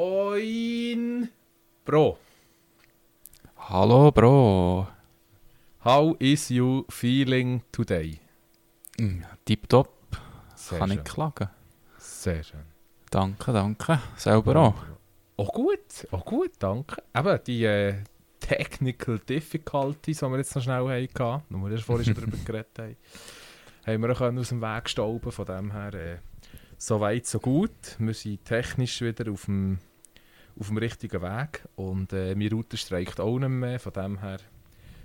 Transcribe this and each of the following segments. Moin! Bro, Hallo Bro. how is you feeling today? Mm, Tipptopp, Sehr kann schön. nicht klagen. Sehr schön. Danke, danke. Selber auch. Auch gut, auch gut, danke. Eben, die äh, Technical Difficulties, die wir jetzt noch schnell hatten, nur wir erst vorhin schon darüber geredet haben, haben wir auch können aus dem Weg stauben. Von dem her, äh, so weit, so gut. Wir sind technisch wieder auf dem, auf dem richtigen Weg und äh, mein Router streikt auch nicht mehr. Von dem her,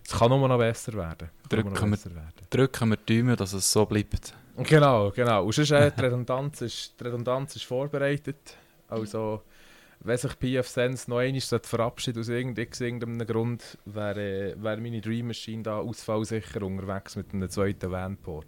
es kann nur noch besser werden. Kann nur noch Drücken wir- besser werden. Drücken wir die Daumen, dass es so bleibt. Genau, genau. Und sonst, äh, die, Redundanz ist, die Redundanz ist vorbereitet. Also, wenn sich PF Sense noch einmal sollte verabschieden aus irgend- x irgendeinem Grund, wäre, äh, wäre meine Dream Machine da ausfallsicher unterwegs mit einem zweiten Vanport.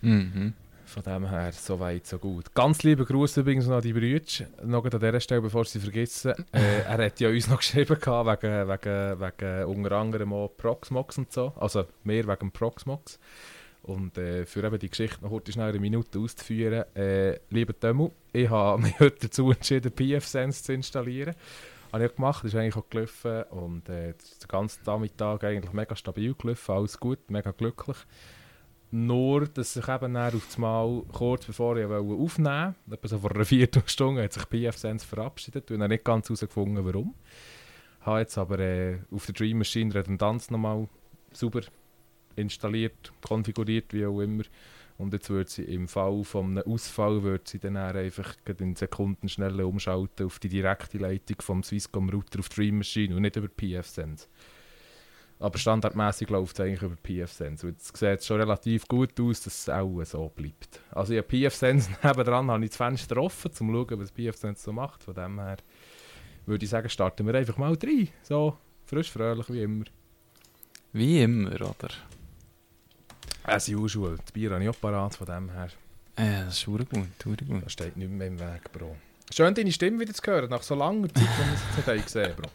Mhm. Von dem her, so weit, so gut. Ganz liebe Grüße übrigens noch an die Brütsch. Noch an dieser Stelle, bevor ich sie vergessen. Äh, er hat ja uns noch geschrieben, gehabt, wegen, wegen, wegen unter anderem auch Proxmox und so. Also mehr wegen Proxmox. Und äh, für eben die Geschichte noch kurz schnell eine Minute auszuführen. Äh, lieber Tömmel, ich habe mich heute dazu entschieden, PF-Sense zu installieren. Habe ich auch gemacht, ist eigentlich auch gelaufen. Und äh, das ist den ganzen Nachmittag eigentlich mega stabil gelaufen, alles gut, mega glücklich. Nur, dass sich eben dann auf das Mal, kurz bevor ich aufnehmen wollte, etwa so vor einer Viertelstunde, hat sich PF Sense verabschiedet und ich habe nicht ganz herausgefunden, warum. Ich habe jetzt aber äh, auf der Dream Machine Redundanz nochmal sauber installiert, konfiguriert, wie auch immer. Und jetzt würde sie im Fall von einem Ausfall würde sie dann eher einfach gerade in Sekunden schnell umschalten auf die direkte Leitung vom Swisscom Router auf die Dream Machine und nicht über PF Sense. Aber standardmäßig läuft es eigentlich über PF-Sense. Und Jetzt sieht es schon relativ gut aus, dass es auch so bleibt. Also ja, PF-Sense nebendran habe ich das Fenster offen, um zu schauen, was PF-Sense so macht. Von dem her würde ich sagen, starten wir einfach mal rein. So frisch, fröhlich wie immer. Wie immer, oder? As usual. Das Bier habe ich auch parat, von dem her. Äh, das ist verdammt gut, verdammt Da gut. steht nichts mehr im Weg, Bro. Schön, deine Stimme wieder zu hören, nach so langer Zeit, wenn wir es jetzt nicht gesehen Bro.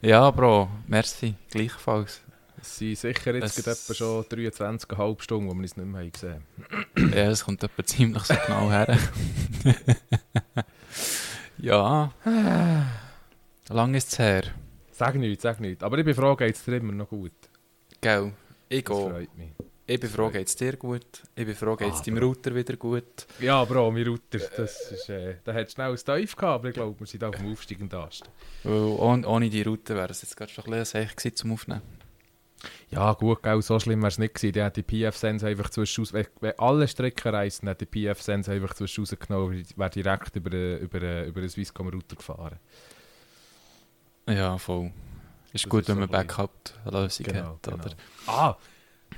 Ja, Bro, merci. Gleichfalls. Es sind sicher jetzt Es- gerade etwa schon 23,5 Stunden, wo wir es nicht mehr haben gesehen ja, es kommt etwa ziemlich so genau her. ja. Lang ist es her. Sag nichts, sag nichts. Aber ich bin froh, geht es dir immer noch gut. Gell? Ich Das gehe. freut mich. Ich bin froh, geht's dir gut? Ich bin froh, geht's Ah, deinem Bro. Router wieder gut? Ja, Bro, mein Router, das ist, äh, da hat schnell ein Teuf gehabt, aber ich glaube, wir sind auf dem aufsteigenden Ast. Weil ohne, ohne die Router wäre es jetzt gerade schon ein bisschen ein Sech gewesen zum Aufnehmen. Ja, gut, gell, so schlimm wäre es nicht gewesen. Die hat die PF-Sense einfach zwischen wenn, wenn alle Strecken reisen, hat die PF-Sense einfach zwischen rausgenommen, wäre direkt über, den- über, den- über den Swisscom-Router gefahren. Ja, voll. Ist Das gut, ist wenn so man ein Backup-Lösung hat. Oder? Genau, Ah,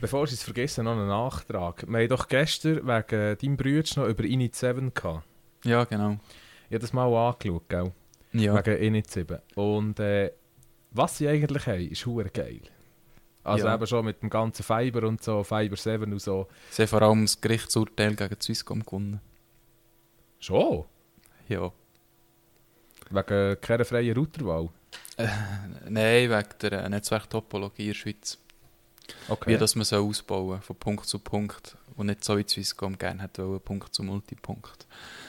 bevor ich es vergesse, noch einen Nachtrag. Wir haben doch gestern wegen deinem Brütsch noch über Init 7 gehabt. Ja, genau. Ich habe das mal angeschaut, gell? Ja. Wegen Init 7. Und äh, was sie eigentlich haben, ist hure geil. Also Ja. eben schon mit dem ganzen Fiber und so, Fiber 7 und so. Sie haben vor allem das Gerichtsurteil gegen die Swisscom gewonnen. Schon? Ja. Wegen keiner freien Routerwahl. Nein, wegen der äh, Netzwerktopologie in der Schweiz. Okay. Wie das man soll ausbauen von Punkt zu Punkt. Und nicht so wie die Swisscom gerne hätte wollen, Punkt zu Multipunkt.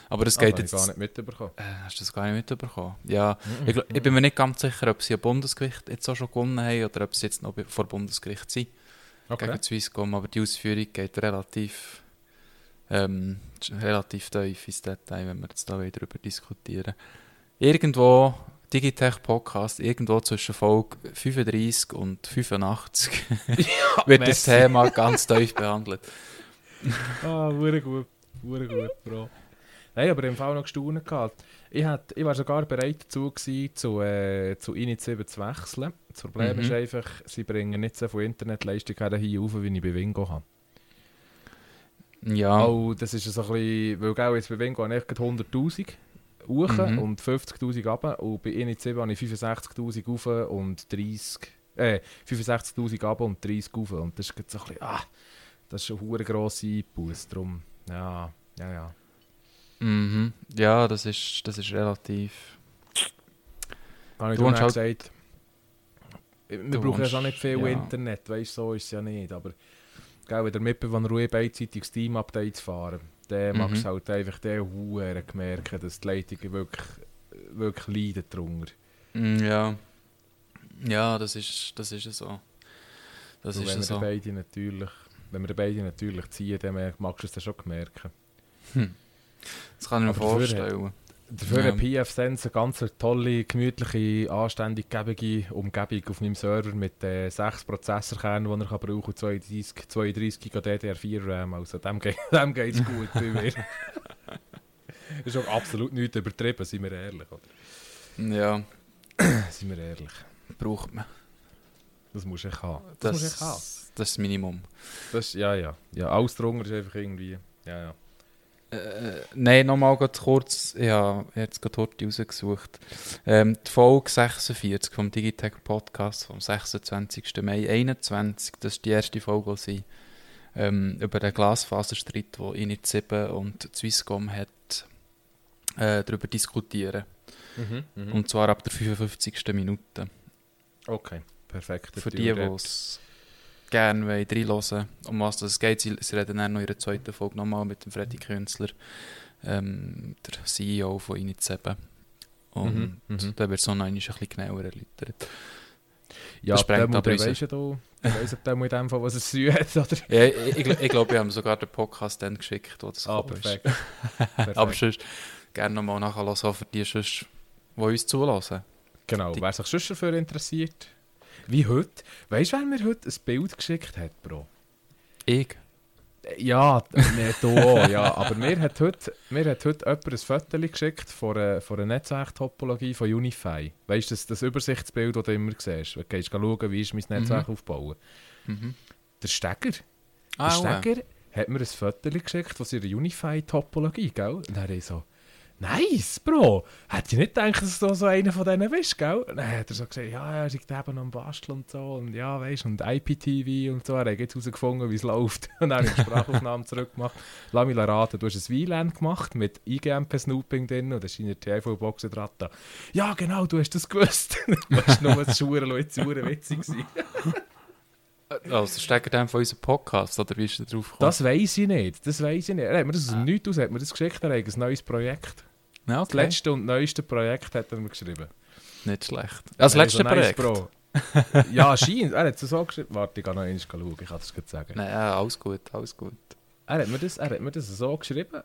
Aber das Ah, das geht habe ich jetzt... gar nicht mitbekommen. Äh, hast du das gar nicht mitbekommen? Ja. Ich, glaub- ich bin mir nicht ganz sicher, ob sie am Bundesgericht jetzt auch schon gewonnen haben oder ob sie jetzt noch be- vor Bundesgericht sind. Okay. gegen die Swisscom, aber die Ausführung geht relativ, ähm, sch- relativ tief ins Detail, wenn wir jetzt da wieder darüber diskutieren. Irgendwo, Digitech Podcast, irgendwo zwischen Folge 35 und 85 wird das merci. Thema ganz tief behandelt. Ah, hure gut. Hure gut, Bro. Nein, aber im Fall noch gestaunt gehabt. Ich, hätte, ich war sogar bereit dazu gewesen, zu, äh, zu Init 7 zu wechseln. Das Problem Mhm. ist einfach, sie bringen nicht so viel Internetleistung her hier rauf, wie ich bei Wingo habe. Ja, Oh, das ist so ein bisschen, weil gell, jetzt bei Wingo habe ich gerade 100'000 hoch Mhm. und 50'000 runter und bei Init7 habe ich 65'000 rauf und 30, äh, 65'000 runter und 30 rauf und das ist gerade so ein bisschen, ah, das ist schon eine grosse Einbuße, drum, ja, ja, ja. mhm. ja das, ist, das ist relativ. Habe ich Du dir wohnst auch halt- gesagt, wir Du brauchen ja wohnst- auch nicht viel ja. Internet, weißt du, so ist es ja nicht, aber gell, wenn der Mitbewohner ruhig beidseitig Steam-Updates fahren, dann Mhm. machst du halt einfach den Huren gemerkt, dass die Leitungen wirklich, wirklich leiden darunter. Mm, Ja. Ja, das ist, das ist so. Das Und wenn wir ist so. beide natürlich, wenn wir beide natürlich ziehen, dann merk- magst du es dann schon merken. Das kann ich mir Aber dafür vorstellen. Dafür Ja. hat PF Sense eine ganz tolle, gemütliche, anständig gebige Umgebung auf meinem Server mit äh, 6 Prozessorkernen, die er kann brauchen kann, 32, 32 GB DDR4 RAM. Also dem geht dem geht's gut bei mir. ist auch absolut nichts übertrieben, sind wir ehrlich. Oder? Ja, Sind wir ehrlich. braucht man. Das muss ich haben. Das, muss ich haben. das ist das Minimum. Das ist, ja, ja. ja alles drunter ist einfach irgendwie... Ja, ja. Äh, nein, nochmal ganz kurz. Ich habe jetzt gerade heute rausgesucht. Ähm, die Folge 46 vom Digitech Podcast vom 26. Mai 21. Das ist die erste Folge, die sie ähm, über den Glasfaserstreit, den Init 7 und die Swisscom hat, äh, darüber diskutieren. Mhm. Und zwar ab der 55. Minute. Okay, perfekt. Für die, die es gerne wollen, reinhören um was es geht. Sie, sie reden dann noch in ihrer zweiten Folge nochmal mit dem Freddy Künstler, ähm, der CEO von Init7. Und Mhm, mhm. da wird es noch einmal ein bisschen genauer erläutert. Ja, Das ab dem sprengt und aber dann unsere- weisst du, du weisst ab dem und in dem Fall, was es zu hat, oder? Ja, ich ich, gl- ich glaube, ich habe ihm sogar den Podcast dann geschickt, wo das Ah, gekommen ist. perfekt. perfekt. Aber sonst gerne nochmal nachhören, auch für die, sonst, die uns zulassen. genau, die- wer sich sonst dafür interessiert, wie heute. Weißt du, wer mir heute ein Bild geschickt hat, Bro? Ich. Äh, Ja, d- nee, du auch, ja. Aber mir hat heute, mir hat heute jemand ein Foto geschickt von einer, von einer Netzwerktopologie von Unify. Weißt du, das, das Übersichtsbild, das du immer siehst. Wenn du gehst schauen, wie ist mein Netzwerk aufbauen. Mhm. Der Steger. Der Ah, ja. Steger hat mir ein Foto geschickt von seiner Unify-Topologie, gell? Und dann habe ich so, nice, Bro! Hätte ich nicht gedacht, dass du so einer von denen bist, gell? Und dann hat er so gesagt, ja, er ist eben am Basteln und so, und ja, weißt und IPTV und so. Er hat jetzt herausgefunden, wie es läuft. Und dann habe ich die Sprachaufnahmen zurückgemacht. Lass mich raten, du hast ein WLAN gemacht mit IGMP-Snooping drin und hast in der TV-Box dran. getan. Ja, genau, du hast das gewusst. du hast nur das Schuhe, jetzt sauer witzig gewesen. Also steckt dem von unserem Podcast, oder wie ist er drauf gekommen? Das weiß ich nicht. Das weiß ich nicht. Er hat mir das aus dem Nichts aus, hat mir das geschickt, er hat ein neues Projekt. ja, Das Ah. okay. letzte und neueste Projekt hat er mir geschrieben. Nicht schlecht. Das letzte Also, nice, Projekt? Bro. ja, scheint. Er hat es so geschrieben. Warte, ich kann noch einmal schauen, ich kann das gerade sagen. Nein, ja, alles gut, alles gut. Er hat, mir das, er hat mir das so geschrieben.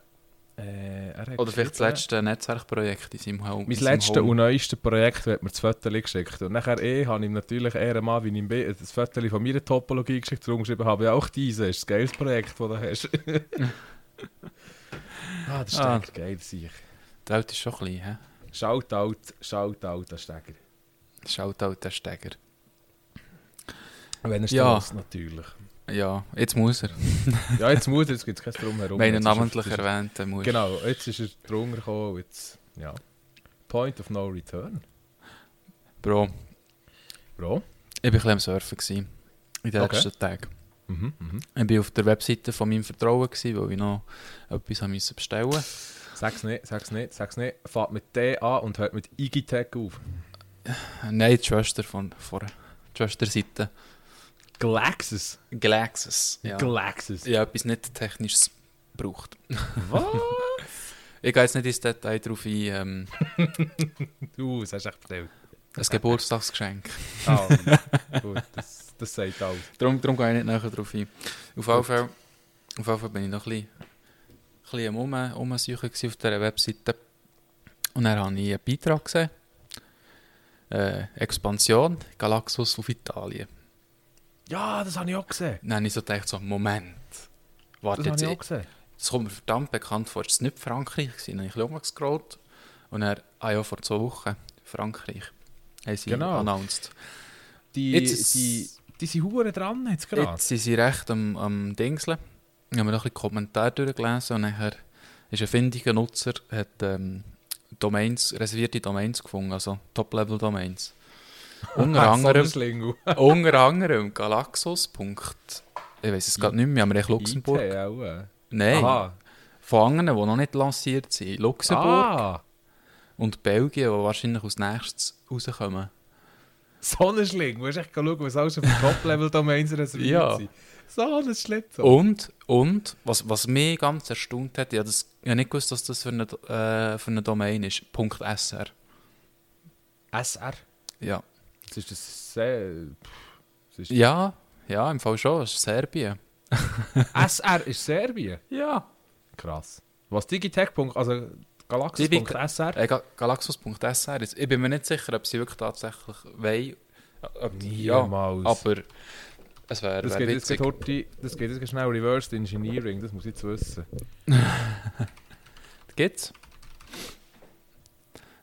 Äh, er hat Oder vielleicht das geschrieben- letzte Netzwerkprojekt in seinem Home. Mein in seinem letztes und Home. neuestes Projekt hat mir das Foto geschickt. Und nachher eh, habe ich ihm natürlich eher mal, wie ich ihm bin, das Foto von meiner Topologie geschickt darum geschrieben habe. Ja, auch diese ist das geilste Projekt, das du hast. ah, das ist Ah. echt geil, sicher. Der alte ist schon klein, hä? Shoutout, Shoutout an Steger. Shoutout der Steger. Wenn er es Ja. ja. natürlich. Ja, jetzt muss er. Ja, jetzt muss er, jetzt gibt es kein Drumherum. Wenn er Jetzt ist er- namentlich jetzt ist er- erwähnt, dann muss er. Genau, jetzt ist er drunter gekommen, jetzt, ja. Point of no return. Bro, Bro. ich war ein bisschen am Surfen gewesen, in den Okay. letzten Tagen. Mhm, mhm. Ich war auf der Webseite von meinem Vertrauen, gewesen, weil ich noch etwas haben müssen bestellen musste. Sag's nicht, sag's nicht, sag's nicht. Fahrt mit D an und hört mit Igitech auf. Nein, die Schwester von vorher. Die Schwesterseite. Galaxis. Galaxis. Ja. Galaxis. Ich habe etwas nicht Technisches gebraucht. Was? Ich gehe jetzt nicht ins Detail drauf ein. Ähm, Du, das hast du echt erzählt. ein Geburtstagsgeschenk. Ah, gut, das, das sagt alles. Darum, darum gehe ich nicht näher drauf ein. Auf jeden Fall, auf jeden Fall bin ich noch ein bisschen, ein bisschen am Rum- Rumsuchen gewesen auf dieser Webseite. Und dann habe ich einen Beitrag gesehen. Äh, Expansion, Galaxus auf Italien. Ja, das habe ich auch gesehen. Dann habe ich so gedacht, so, Moment, warte Das habe jetzt, ich auch ich, gesehen. das kommt mir verdammt bekannt vor, ist es nicht Frankreich gewesen? Dann habe ich ein bisschen rumgescrollt und dann, ah ja, vor zwei Wochen, Frankreich, haben sie Genau. announced. Die, Jetzt- die, die sind hure dran jetzt gerade. Jetzt sind sie recht am, am Dingseln. Ich habe mir noch ein bisschen Kommentare durchgelesen und nachher ist ein findiger Nutzer, hat ähm, Domains, reservierte Domains gefunden, also Top-Level-Domains. Unter anderem, Sonderschlingel. unter anderem Galaxus. Punkt- Ich weiß es gerade nicht mehr, aber ich Luxemburg. IT auch, äh. Nein, Aha. von anderen, die noch nicht lanciert sind. Luxemburg Ah, und Belgien, die wahrscheinlich als nächstes rauskommen. Sonnenschling. Du musst echt schauen, was alles auf dem Top-Level-Domains reserviert Ja. Oh. sind. Sonnenschlitzohr. Und, und was, was mich ganz erstaunt hat, ich habe das- ich habe nicht gewusst, dass das für eine, Do- äh, für eine Domain ist. .sr. SR. Ja. Das ist das sehr... pff, Das ist ja, ja, im Fall schon. Das ist Serbien. SR ist Serbien. Ja. Krass. Was digitech.com, also Galaxis.sr. Äh, Ga- Galaxus.sr. ist- Ich bin mir nicht sicher, ob sie wirklich tatsächlich wollen. Ob, ja, Niemals. aber es wäre das wär geht, jetzt witzig. gerade heute, das geht jetzt gerade schnell Reverse Engineering, das muss ich jetzt wissen. Gibt's?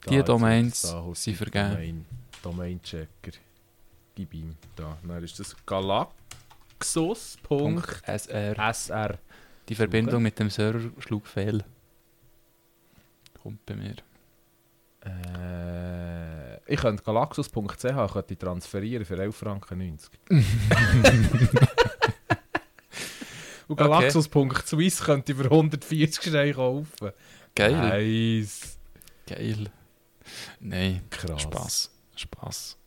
Da, Die jetzt Domains wird's da, halt sind die vergeben. Domain, Domain-Checker. Gib ihm. Da. Dann ist das Galaxus.sr. .sr. Die Verbindung mit dem Server schlug fehl. Kommt bei mir. Äh, ich könnte galaxus.ch könnte ich transferieren für 11,90 Franken. Und Okay. galaxus.swiss könnte ich für 140 Steine kaufen. Geil. Nice. Geil. Nein, Krass. Spaß. Spaß.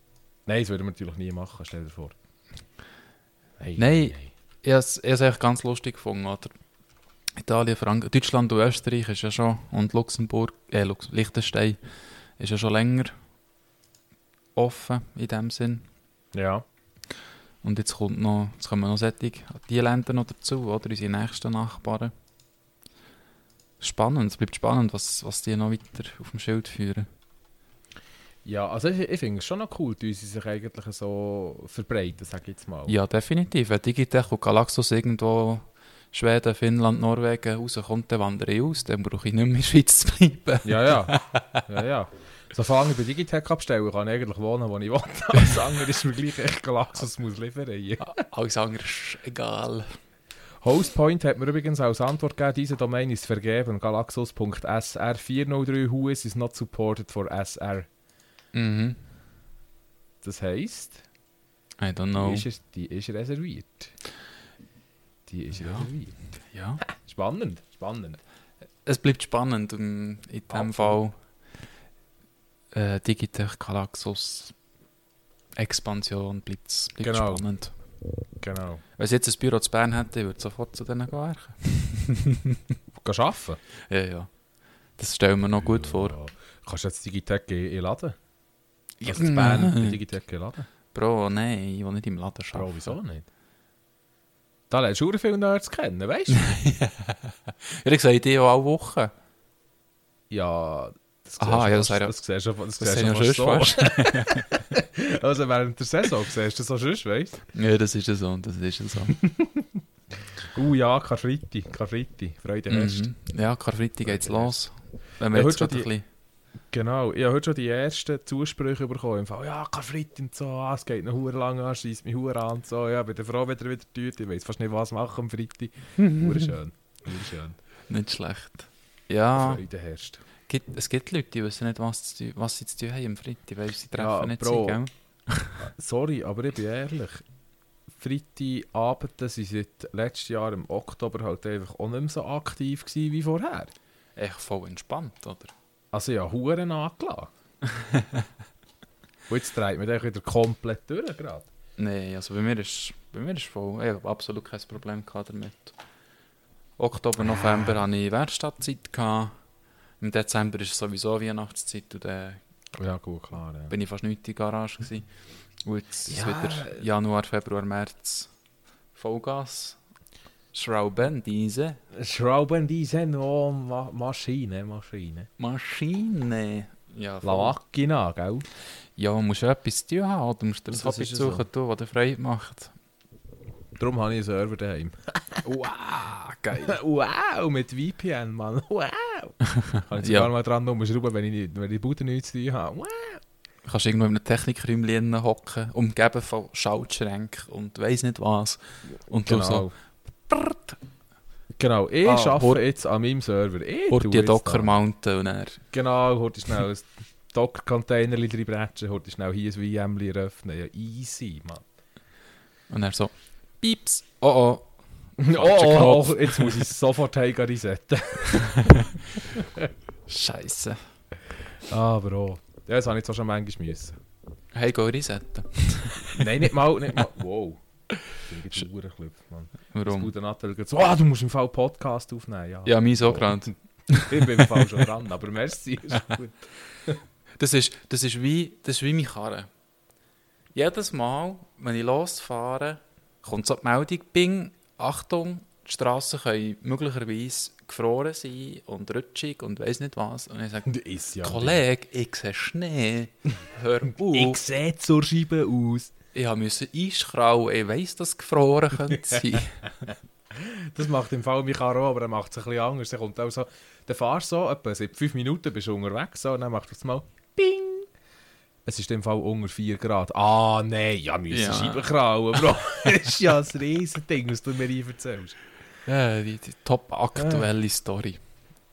Nein, das würden wir natürlich nie machen, stell dir vor. Hey, Nein. hey, Ich habe es echt ganz lustig gefunden, oder? Italien, Frankreich, Deutschland und Österreich ist ja schon, und Luxemburg, äh, Lux Liechtenstein ist ja schon länger offen in dem Sinn. hey. Ja. Und jetzt, kommt noch, jetzt kommen noch solche, die Länder noch dazu, oder? Unsere nächsten Nachbarn. Spannend, es bleibt spannend, was, was die noch weiter auf dem Schild führen. ja, also ich, ich finde es schon noch cool, dass sie sich eigentlich so verbreiten, sag ich jetzt mal. Ja, definitiv. Wenn Digitech und Galaxus irgendwo Schweden, Finnland, Norwegen rauskommt, dann wandere ich aus. Dann brauche ich nicht mehr in der Schweiz zu bleiben. Ja, ja. ja, ja. Solange ich bei Digitech abstelle, kann ich eigentlich wohnen, wo ich wohne. Alles andere ist mir gleich echt Galaxus muss liefern. Alles andere ist egal. Hostpoint hat mir übrigens als Antwort gegeben, diese Domain ist vergeben. Galaxus.sr403 Whois is not supported for SR. Mhm. Das heisst, I don't die, know. ist, es- die ist reserviert. Die ist reserviert. Ja. Spannend, spannend. Es bleibt spannend. ähm, In diesem Fall Absolut. äh, Digitech, Galaxus, Expansion bleibt, bleibt Genau. spannend. Genau. Wenn sie jetzt ein Büro zu Bern hätte, ich würde sofort zu denen gehen. Gehst du arbeiten? Ja, ja. Das stellen wir noch gut vor. Ja. Kannst du jetzt Digitech einladen? Ja, Kannst du in Bern nein. bei Digitech einladen? Also Bro, nein, ich will nicht im Laden arbeiten. Bro, wieso nicht? Da lernst du sehr viele Nerds kennen, weißt du? Ja, ich sehe die ja alle Wochen. ja, das Aha, ja, das siehst wäre- du fast- das siehst du das siehst Das sind du ja sonst fast fast. so. Also während der Saison siehst du das auch sonst, weißt du? Ja, das ist ja so, das ist ja so. Uh ja, Karfreitag, Karfreitag, Freude Rest. mhm. Ja, Karfreitag geht's los. Wenn wir Ja, jetzt heute gerade ein bisschen... Genau, ich habe heute schon die ersten Zusprüche bekommen, im Fall, ja, Karfreitag und so, ah, es geht noch hure lang an, scheisst mich hure an und so, ja, bin dann froh, wenn ihr wieder tut, ich weiß fast nicht, was machen am Freitag. Hure schön, hure schön, Nicht schlecht. Ja, Freude herrscht. gibt, es gibt Leute, die wissen nicht, was, zu, tun- was sie zu tun haben am Freitag, weil sie treffen Ja, nicht Bro. sich, gell? Sorry, aber ich bin ehrlich. Freitagabenden sind seit letztem Jahr im Oktober halt einfach auch nicht mehr so aktiv gewesen wie vorher. Echt voll entspannt, oder? Also ja, Huren angelassen. Und jetzt dreht man den wieder komplett durch gerade. Nein, also bei mir ist bei mir ist voll... Ich habe absolut kein Problem gehabt damit. Ah. Oktober, November hatte ich Werkstattzeit. gehabt. Im Dezember ist sowieso Weihnachtszeit und dann Ja, gut, klar. Ja. bin ich fast nicht in der Garage. Gewesen. Und jetzt ist Ja, wieder Januar, Februar, März Vollgas. Schrauben, diese Schrauben diese noch oh, Ma Maschine, Maschine. Maschine. Ja, La voll. Macchina, gell? ja man muss ja etwas zu tun haben. Oder Du musst dir Das das Hobby ist ja so. suchen, tun, was dir Freude macht. Darum habe ich einen Server daheim. Wow, geil. wow, mit VPN, Mann. Wow. Kann ich Ja. sogar mal dran rumschrauben, wenn ich, nicht, wenn ich die Bude nichts zu tun habe. Wow. Du kannst irgendwo in eh, einem Technikräumchen hocken, umgeben von Schaltschränken und weiss nicht was. Und du so, prrrt, Genau, ich Ah, arbeite Hort- jetzt an meinem Server. Eh, Ich holt tue die jetzt Docker da- mounten und dann Genau, heute ist schnell ein Docker-Container reinbrechen, heute schnell hier ein VM öffnen. Ja, easy, Mann. Und er so, pieps, oh oh. Oh, oh, jetzt muss ich sofort heim gehen resetten. Scheiße. Ah, Aber oh. Ja, das habe ich zwar schon manchmal müssen. Hey, go resetten. Nein, nicht mal, nicht mal. Wow. Ich bin ein Uhrenclub, Mann. Das Warum? gute Nattel geht so, ah, du musst im Fall Podcast aufnehmen. Ja, Ja, mein so gerade. ich bin im Fall schon dran, aber merci, ist gut. Das ist, das ist wie, das ist wie mein Karren. Jedes Mal, wenn ich losfahre, kommt so die Meldung, Bing, Achtung, die Strassen können möglicherweise gefroren sein und rutschig und weiss nicht was. Und ich sage, Ist ja. Kollege, ich sehe Schnee, hör auf. sehe zur Scheibe aus. Ich musste einschrauben, ich weiss, dass es gefroren könnte sein. Das macht im Fall mein Karo, aber er macht es ein bisschen anders. Der kommt auch so, der fahrst so, etwa seit 5 Minuten bist du unterwegs, so, und dann machst du das mal, bing. Es ist im Fall unter 4 Grad. Ah, nein, ja, müssen Ja. Scheiben krauen, Bro. das ist ja ein Riesending, was du mir hier erzählst. ja, die, die top aktuelle Story.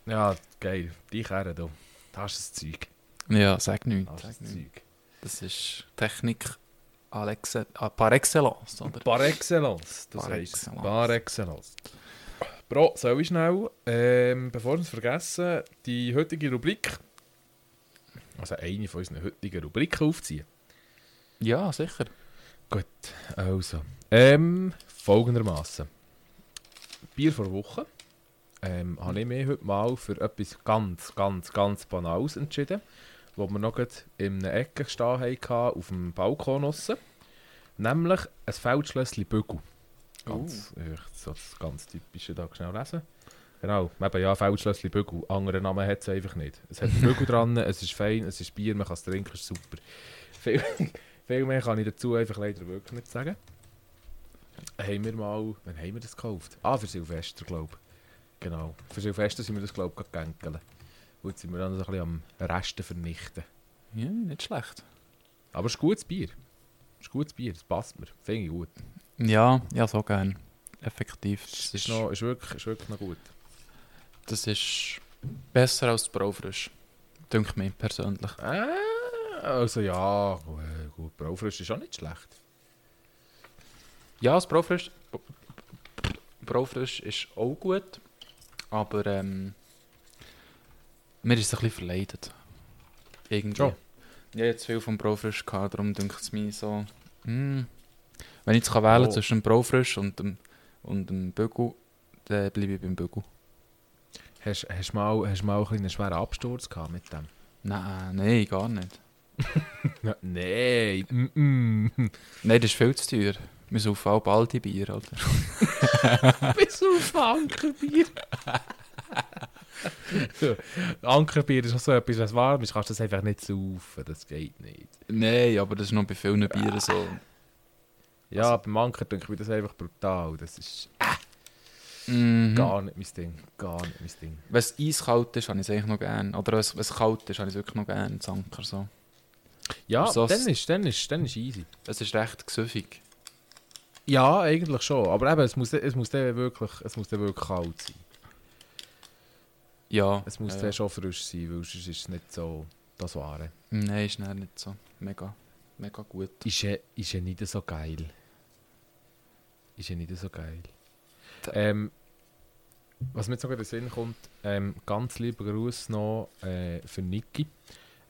Ja, geil. Die Kerre, du. Das ist ein Zeug. Ja, sag nichts. Das Sag ist ein nichts. Zeug. Das ist Technik Alexe, ah, par excellence, oder? Par excellence. Das Par heisst es. excellence. Par excellence. Bro, soll ich schnell, ähm, bevor wir es vergessen, die heutige Rubrik, also eine von unseren heutigen Rubriken aufziehen? Ja, sicher. Gut, also. Ähm, folgendermaßen. Bier vor Woche. Ähm, habe ich mich heute mal für etwas ganz, ganz, ganz Banales entschieden, wo wir noch gerade in einer Ecke stehen hatten, auf dem Balkon draussen. Nämlich ein Feldschlösschen Bügel. Ganz, ich, so das ganz typische, da schnell lesen. Genau, eben ja, Feldschlösschen Bügel. Anderen Namen hat es einfach nicht. Es hat einen Bügel dran, es ist fein, es ist Bier, man kann es trinken, es ist super. Viel, viel mehr kann ich dazu einfach leider wirklich nicht sagen. Haben wir mal, wann haben wir das gekauft? Ah, für Silvester, glaube ich. Genau, für Silvester sind wir das, glaube ich, gegänkelt. Und jetzt sind wir dann so ein bisschen am Resten vernichten. Ja, nicht schlecht. Aber es ist gutes Bier. Es ist gutes Bier, es passt mir. Finde ich gut. Ja, ja, so gern. Effektiv. Das Es ist, noch, ist, wirklich, ist wirklich noch gut. das ist besser als Braufrisch. Dünkt mir persönlich. Ah, also ja, eh, gut, gut. Braufrisch ist auch nicht schlecht. Ja, das Braufrisch. Braufrisch ist auch gut. Aber ähm, mir ist es ein bisschen verleidet. Irgendwie. Ja. Ich habe jetzt viel vom Braufrisch gehabt, darum denkt es mir so. Hm, wenn ich jetzt kann wählen Oh. zwischen dem Braufrisch und dem, und dem Bügel, dann bleibe ich beim Bügel. Hast hast du mal, hast du mal ein bisschen einen schweren Absturz gehabt mit dem? Nein, nein, gar nicht. Nein, mm -mm. Nein, das ist viel zu teuer. Wir saufen auch bald die Bier, Alter. Bis auf Ankerbier. Ankerbier ist noch so etwas, was warm ist, kannst du das einfach nicht saufen. Das geht nicht. Nein, aber das ist noch bei vielen Bieren so. Ja, beim Anker denke ich mir das einfach brutal. Das ist Mhm. gar nicht mein Ding. Gar nicht mein Ding. Wenn es eiskalt ist, habe ich es eigentlich noch gern. Oder wenn es- wenn es kalt ist, habe ich es wirklich noch gern, das Anker so. Ja, Aber sonst- dann ist, dann ist, dann ist easy. Es ist recht gesüffig. Ja, eigentlich schon. Aber eben, es muss, es muss, dann, wirklich, es muss dann wirklich kalt sein. Ja. Es muss ja, dann ja. schon frisch sein, weil sonst ist es nicht so das Wahre. Nein, ist dann nicht so. Mega, mega gut. Ist ja, ist ja nicht so geil. Ist ja nicht so geil. Da- Ähm, was mir jetzt noch in den Sinn kommt, ähm, ganz lieber Gruß noch äh, für Niki.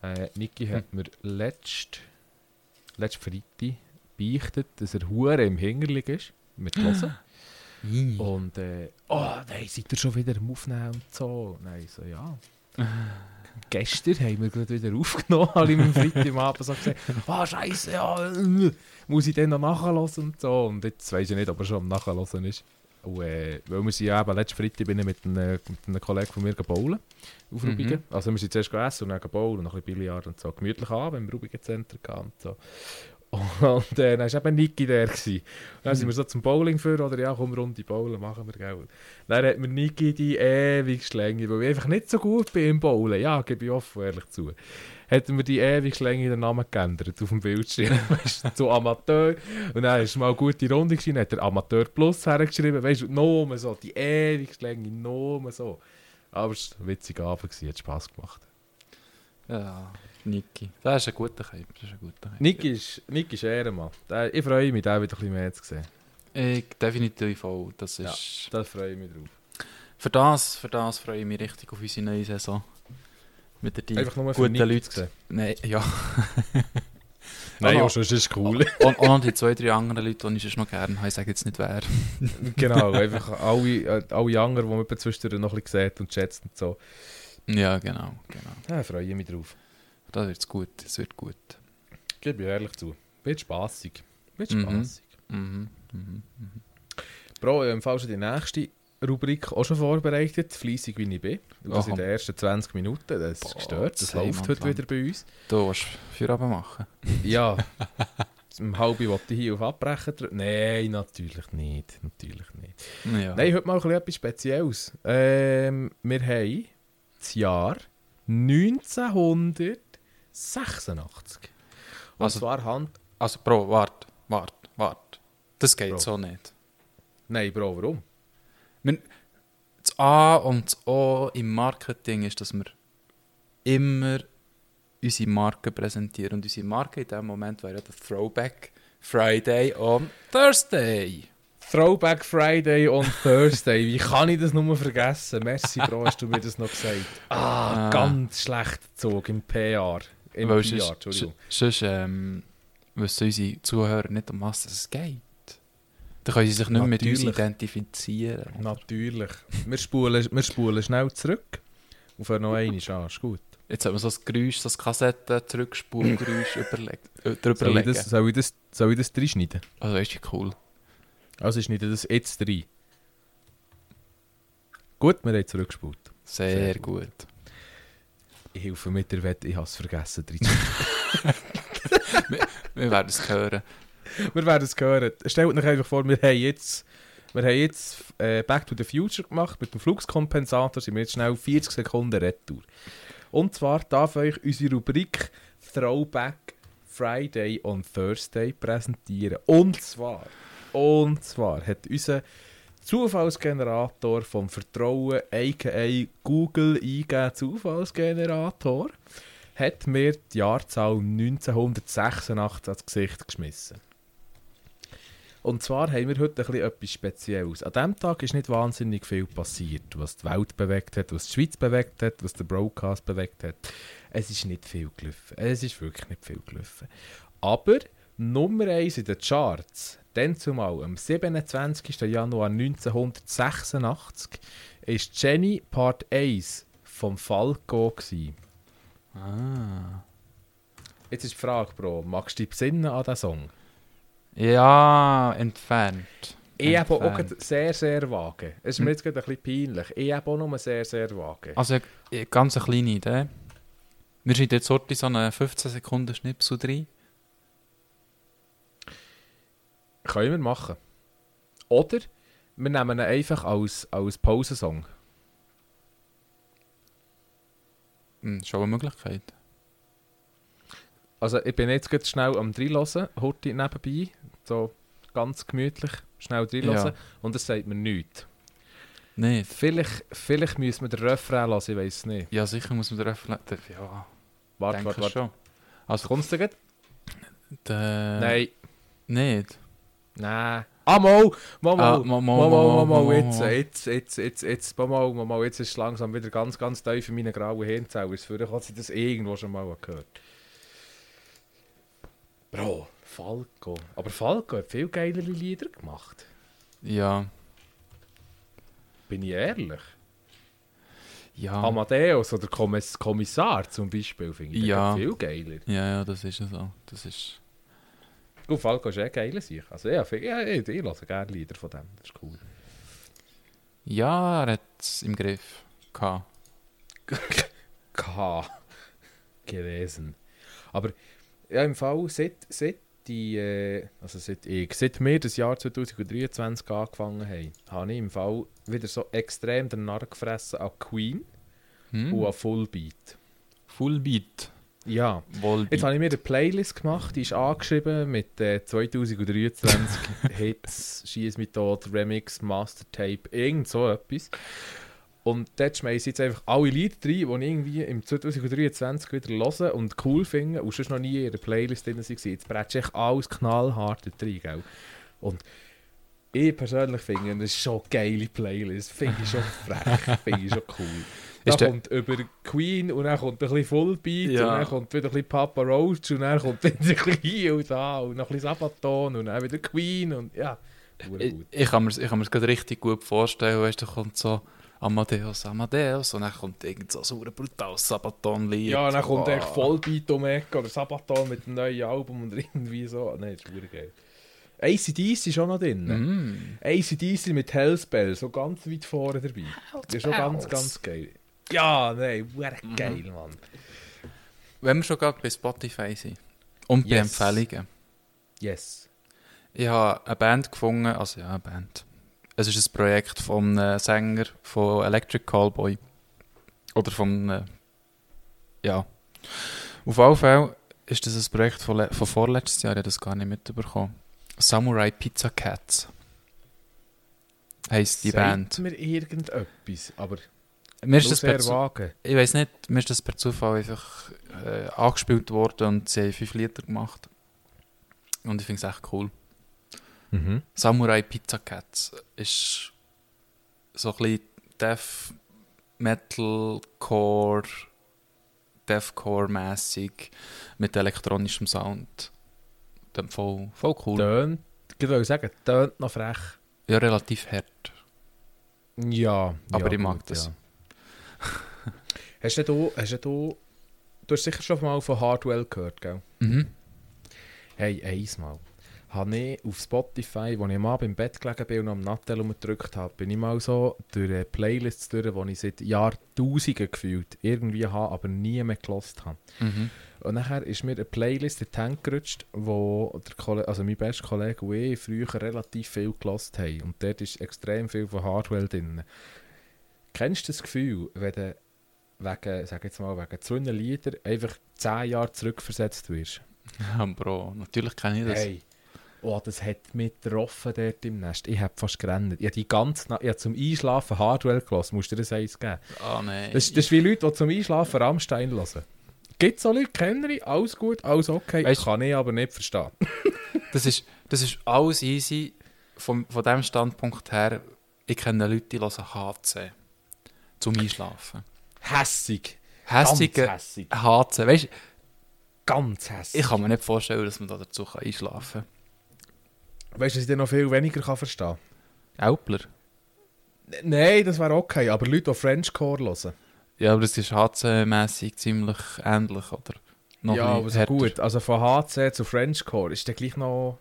Äh, Niki hat mir letzt, letzt Freitag beichtet, dass er Hure im Hinterlig ist, mit Hören. Oh. Und äh, oh nein, seid ihr schon wieder am Aufnehmen und so? Nein, ich so ja. Gestern haben wir gerade wieder aufgenommen, alle mit dem Freitag am Abend so gesagt, ah scheiße, ja, äh, muss ich dann noch nachhören und so. Und jetzt weiß ich nicht, ob er schon am Nachhören ist. Und, äh, weil wir sind ja eben, letzten Freitag bin ich mit einem, mit einem Kollegen von mir gebowlen auf Mhm. Rubigen. Also wir sind zuerst gegessen und dann gebowlen und noch ein bisschen Billard und so. Gemütlich an, im Rubigen Center gegangen und so. Und äh, dann war eben Niki der. Gewesen. Und dann sind wir so zum Bowling für, oder ja, komm, Runde Bowlen machen wir, gell. Dann hat mir Niki die ewig Schlänge, weil ich einfach nicht so gut bin im Bowlen, ja, gebe ich offen ehrlich zu, hat er mir die ewig Schlänge den Namen geändert auf dem Bildschirm, weißt du, zu Amateur. Und dann ist mal eine gute Runde gewesen, dann hat er Amateur Plus hergeschrieben, weißt du, nur so, die ewig Schlänge, nur so. Aber es war ein witziger Abend, gewesen, hat Spass gemacht. Ja, Niki. Das ist ein guter Kaip. Das ist ein guter Kaip. Niki ist, Niki ist Ehrenmann. Der- Ich freue mich, den wieder ein bisschen mehr zu sehen. Ich, definitiv auch. Das ist... Da freue ich mich drauf. Für das, für das freue ich mich richtig auf unsere neue Saison. Mit der Team. Einfach nur für guten Niki Leute. zu sehen. Nein, ja. Nein, Oh, auch schon, das ist cool. Und, und noch die zwei, drei anderen Leute, die ich sonst noch gerne habe, ich sage jetzt nicht wer. genau, einfach alle, äh, alle anderen, die man eben zwischendurch noch ein bisschen sieht und schätzt und so. Ja, genau, genau. Ja, freue ich mich drauf. Das wird's gut, das wird gut. Gebe ich ehrlich zu. Wird spassig. Wird Mhm. spassig. Mhm. Mhm. mhm. Bro, ich habe im Fall schon die nächste Rubrik auch schon vorbereitet, fleissig wie ich bin. Und das Aha. in den ersten 20 Minuten, das Boah, ist gestört, das zehn läuft und heute lang. wieder bei uns. Du willst Feierabend machen? Ja, um halb wollte ich hier auf Abbrechen drücken. Nein, natürlich nicht, natürlich nicht. Ja. Nein, heute mal ein bisschen etwas Spezielles. Ähm, wir haben das Jahr 1986. Und Also- zwar Hand... Also, Bro, warte, warte, warte. Das geht Bro. so nicht. Nein, Bro, warum? Wir- Das A und das O im Marketing ist, dass wir immer unsere Marke präsentieren. Und unsere Marke in diesem Moment wäre ja der Throwback Friday on Thursday. Throwback Friday on Thursday. Wie kann ich das nur vergessen? Merci, Bro, hast du mir das noch gesagt. Ah, Ah. ganz schlecht Zug im PR. Im Weil PR, Entschuldigung. Sonst ähm, wissen unsere Zuhörer nicht, um was es geht. Dann können sie sich nicht mehr mit uns Natürlich. identifizieren. Natürlich. Wir spulen, wir spulen schnell zurück und fangen noch einmal an. Ist gut. Jetzt haben wir so das Geräusch, so das Kassetten-Zurückspulgeräusch überlegt. Äh, Soll ich, drüberlegen. das, soll, ich das, soll ich das reinschneiden? Also ist ja cool. Also schneide das jetzt rein. Gut, wir haben zurückgespult. Sehr, Sehr gut. Ich helfe mit der Wette, ich habe es vergessen. reinzuschneiden. Wir werden es hören. wir werden es hören. Stellt euch einfach vor, wir haben jetzt, wir haben jetzt äh, Back to the Future gemacht. Mit dem Flugskompensator sind wir jetzt schnell 40 Sekunden Retour. Und zwar darf euch unsere Rubrik Throwback Friday on Thursday präsentieren. Und zwar, und zwar hat unser Zufallsgenerator vom Vertrauen, aka Google eingegeben Zufallsgenerator, hat mir die Jahrzahl 1986 ans Gesicht geschmissen. Und zwar haben wir heute ein bisschen etwas Spezielles. An diesem Tag ist nicht wahnsinnig viel passiert, was die Welt bewegt hat, was die Schweiz bewegt hat, was der Broadcast bewegt hat. Es ist nicht viel gelaufen. Es ist wirklich nicht viel gelaufen. Aber Nummer 1 in den Charts, dann zumal am 27. Januar 1986, ist Jenny Part 1 vom Falco. Gewesen. Ah. Jetzt ist die Frage, Bro, magst du dich besinnen an diesen Song? Ja, entfernt. Ich habe auch Entfernt. gerade sehr, sehr vage. Es ist mir Hm. Ah. jetzt gerade ein bisschen peinlich. Ich habe auch nur sehr, sehr vage. Also ich- ich- ganz eine kleine Idee. Wir sind jetzt heute so einen 15 Sekunden Schnipsel drin. Können wir machen. Oder wir nehmen ihn einfach als, als Pausensong. Hm, schon eine Möglichkeit. Also ich bin jetzt gerade schnell am Dreilassen, heute nebenbei, so ganz gemütlich, schnell Dreilassen und das sagt mir nichts. Nicht? Vielleicht, vielleicht müssen wir den Refrain lassen, ich weiß es nicht. Ja, sicher muss man den öffnen. Ja, Warte, denke warte, warte. schon. Also, Kommst du gerade? der... Nein. Äh, Nicht? Nein. Ah, mal! Mal, mal! Ah, mal, mal, mal, mal, mal, mal, mal, mal, jetzt, mal. jetzt, jetzt, jetzt, jetzt, mal, mal, mal, mal, jetzt ist es langsam wieder ganz, ganz tief in meinen grauen Hirnzellen. Es würde, hat sie das irgendwo schon mal gehört. Bro, Falco. Aber Falco hat viel geilere Lieder gemacht. Ja. Bin ich ehrlich? Ja. Amadeus oder Kommiss Kommissar zum Beispiel finde ich Ja. viel geiler. ja, ja, das ist ja so. Das ist... Gut, Falco ist eh geiler sich. Also ja, ich, ich, ich lasse gerne Lieder von dem. Das ist cool. Ja, er hat es im Griff gehabt. K gelesen. Aber ja, im Fall seit, seit die, äh, also seit ich, seit wir das Jahr 2023 angefangen haben, habe ich im Fall wieder so extrem den Narr gefressen an Queen Hm? und an Fullbeat. Full Beat. Ja. Vollbeat. Jetzt habe ich mir eine Playlist gemacht, die ist angeschrieben mit äh, 2023 Hits, Schieß mit Tod, Remix, Mastertape, irgend so etwas. Und dort schmeiße ich jetzt einfach alle Lieder rein, die ich irgendwie im 2023 wieder höre und cool finde und sonst noch nie in der Playlist drin waren. Jetzt bretsche ich alles knallhart dort rein, gell? Und ich persönlich finde, das ist schon eine geile Playlist. Finde ich schon frech, finde ich schon cool. Da Ist der- kommt über Queen und dann kommt ein bisschen Fullbeat Ja. und dann kommt wieder ein bisschen Papa Roach und dann kommt wieder ein bisschen hier und da und noch ein bisschen Sabaton und dann wieder Queen und ja. Hure Ich, gut. ich kann mir es gerade richtig gut vorstellen. Weißt du, da kommt so Amadeus, Amadeus und dann kommt irgend so ein sauer brutales Sabaton-Lied. Ah. Ja, und dann kommt Boah. echt Vollbeat um die Ecke oder Sabaton mit einem neuen Album und irgendwie so. Nein, das ist hure geil. ACDC ist schon noch drin. Mm. ACDC mit Hellspell, so ganz weit vorne dabei. Das ist schon ganz, ganz geil. Ja, nein, wäre Mhm. geil, Mann. Wenn wir schon gerade bei Spotify sind und bei Yes. Empfehlungen. Yes. Ich habe eine Band gefunden, also ja, eine Band. Es ist ein Projekt vom äh, Sänger von Electric Callboy. Oder vom, äh, ja. Auf alle Fälle ist das ein Projekt von, le- von vorletztes Jahr, ich habe das gar nicht mitbekommen. Samurai Pizza Cats. Heisst die Band. mir irgendetwas, aber Mir ist das per sehr Zu- wagen. ich weiß nicht, mir ist das per Zufall einfach äh, angespielt worden und sie haben fünf Lieder gemacht. Und ich finde es echt cool. Mhm. Samurai Pizza Cats ist so ein bisschen Death Metalcore, Deathcore-mässig mit elektronischem Sound. Dann voll, voll cool. Tönt, ich würde sagen, tönt noch frech. Ja, relativ hart. Ja, Aber ja, ich mag gut, das. Ja. hast, du, hast du, du hast sicher schon mal von Hardwell gehört, gell? Mhm. Hey, einmal. Habe ich auf Spotify, als ich mal im Bett gelegen bin und am Nattel umgedrückt habe, bin ich mal so durch äh, Playlists durch, die ich seit Jahrtausenden gefühlt irgendwie habe, aber nie mehr gelost habe. Mhm. Und nachher ist mir eine Playlist in die Hände gerutscht, wo der Kolle also mein bester Kollege und ich früher relativ viel gelost haben. Und dort ist extrem viel von Hardwell drin. Kennst du das Gefühl, wenn du wegen, sag jetzt mal, wegen zu einem Lieder einfach 10 Jahre zurückversetzt wirst? Ja, Bro, natürlich kenne ich das. Hey. Oh, das hat mich getroffen dort im Nest. Ich habe fast gerannt. Ich habe die ganze Nacht, ich habe zum Einschlafen Hardwell gelassen. Musst du dir das eins geben? Ah, nein. Das, das ist wie Leute, die zum Einschlafen Rammstein hören. Gibt es so Leute, kenne ich, alles gut, alles okay. Weißt- kann ich aber nicht verstehen. Das ist, das ist alles easy. Von, von diesem Standpunkt her, ich kenne Leute, die hören HC zum Einschlafen. Hässig. Ganz Hässige hässig. HC. Weißt du, Ganz hässig. ich kann mir nicht vorstellen, dass man da dazu kann einschlafen Weißt du, dass ich dir noch viel weniger kann verstehen kann. Aupler. kann? Nein, das wäre okay, aber Leute, die Frenchcore hören. Ja, aber das ist HC-mässig ziemlich ähnlich, oder? Noch ja, ein aber so härter. gut. Also von HC zu Frenchcore ist der gleich noch.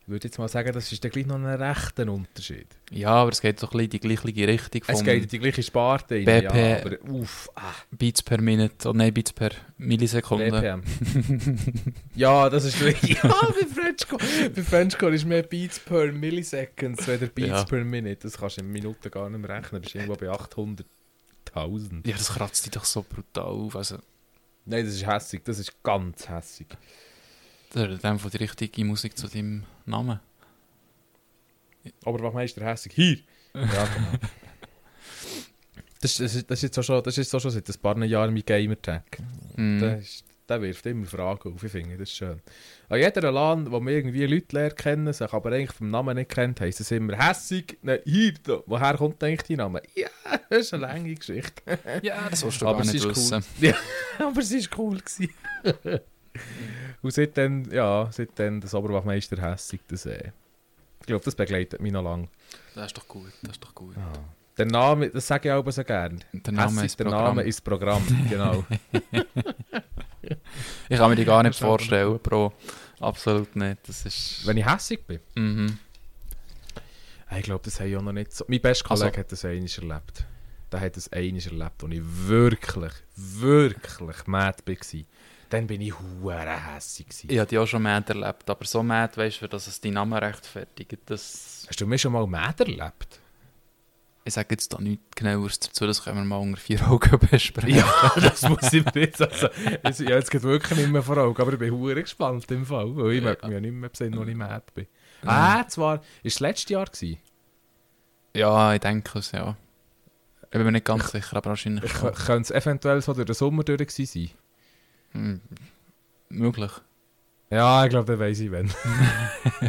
Ich würde jetzt mal sagen, das ist der gleich noch ein rechter Unterschied. Ja, aber es geht so ein bisschen in die gleiche Richtung Es vom geht in die gleiche Sparte rein, BP. ja, aber uff, ah, Beats per Minute, oh nein, Beats per Millisekunde. BPM. ne? ja, das ist richtig. Ja, bei Frenchcore, bei Frenchcore ist mehr Beats per Milliseconds, weder Beats Ja. per Minute. Das kannst du in Minuten gar nicht mehr rechnen, bist irgendwo bei 800.000. Ja, das kratzt dich doch so brutal auf. Also, Nein, das ist hässig, das ist ganz hässig. das ist dann von die richtige Musik zu deinem Namen. Aber was meinst du hässig? Hier! Ja, genau. Das, das, ist- das, ist jetzt auch schon, das ist so schon seit ein paar Jahren mein Gamer-Tag. Mhm. Der, ist, der wirft immer Fragen auf, ich finde das ist schön. An jeder LAN, wo wir irgendwie Leute leer kennen, sich aber eigentlich vom Namen nicht kennt, heisst es immer hässig, nein, hier, da. woher kommt eigentlich dein Name? Ja, das ist eine lange Geschichte. Ja, das willst du Aber gar es nicht ist wissen. aber es war cool. Gewesen. Und seitdem, ja, seitdem das Oberwachmeister hässig, das, äh, ich glaube, das begleitet mich noch lange. Das ist doch gut, das ist doch gut. Der Name, das sage ich auch so gerne. Der Name Name hässig, ist der Programm. Name ist Programm, genau. Ich kann mir die gar nicht Das ist auch vorstellen, Bro. Absolut nicht. Das ist... Wenn ich hässig bin, Mhm. Ich glaube, das habe ich auch noch nicht so. Mein bester Also- Kollege hat das einiges erlebt. Der hat das einiges erlebt, als ich wirklich, wirklich mad war. Dann bin ich hure hässig. Ich habe die auch schon mad erlebt, aber so mad, weißt du, dass es deinen Namen rechtfertigt, das... Hast du mich schon mal mad erlebt? Ich sage jetzt da nichts genaueres dazu, das können wir mal unter vier Augen besprechen. Ja, das muss ich mir jetzt. Also, es- ja, jetzt geht wirklich nicht mehr vor Augen, aber ich bin hure gespannt im Fall, weil ich möchte mich ja nicht mehr besinnen, als ich mad bin. Ah, zwar, ist das letztes Jahr gewesen. Ja, ich denke es, ja. Ich bin mir nicht ganz sicher, aber wahrscheinlich Ich schon. Könnte es eventuell so durch den Sommer durch gewesen sein? Hm. Möglich. Ja, ich glaube, dann weiss ich, wenn.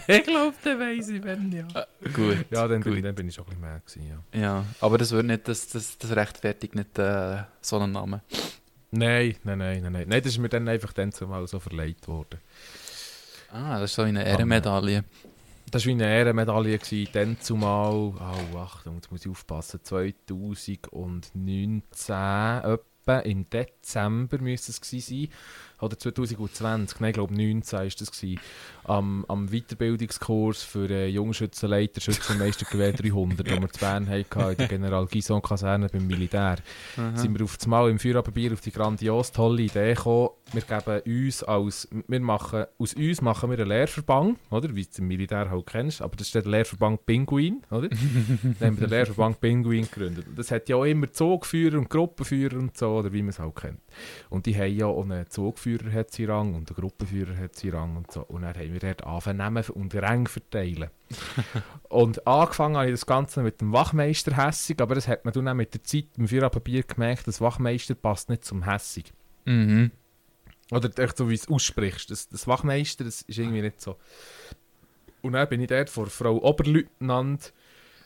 ich glaube, dann weiss ich, wenn, ja. Gut. Ja, dann bin, gut. ich, dann bin ich schon ein bisschen mehr gewesen, ja. Ja, aber das, würde nicht, das, das, das rechtfertigt nicht äh, so einen Namen. Nein, nein, nein, nein, nein. Nein, das ist mir dann einfach dann zumal so verleiht worden. Ah, das ist so wie eine Ehrenmedaille. Das war wie eine Ehrenmedaille, gewesen, dann zumal, oh, Achtung, jetzt muss ich aufpassen, 2019 etwa, im Dezember müsste es gewesen sein, oder 2020, nein, ich glaube 19 war das, gewesen, am, am Weiterbildungskurs für äh, Jungschützenleiter, Schützenmeistergewehr 300, den wir zu Bern hatten, in der General-Gison-Kaserne beim Militär. Aha. sind wir auf das Mal im Feierabendbier auf die grandios tolle Idee gekommen. Wir geben uns als, wir machen, aus uns machen wir einen Lehrverband, oder? Wie du es im Militär halt kennst, aber das ist der Lehrverband Pinguin, oder? Dann haben wir den Lehrverband Pinguin gegründet. Und das hat ja auch immer Zugführer und Gruppenführer und so, oder wie man es halt kennt. Und die haben ja auch einen Zugführer hat seinen Rang und einen Gruppenführer hat seinen Rang und so. Und dann haben wir dort angefangen Namen und Ränge verteilen. und angefangen habe ich das Ganze mit dem Wachmeister Hässig, aber das hat man dann auch mit der Zeit im Feierabendbier gemerkt, das Wachmeister passt nicht zum Hässig. Mhm. Oder echt so, wie du es aussprichst. Das, das Wachmeister, das ist irgendwie nicht so. Und dann bin ich dort vor Frau Oberleutnant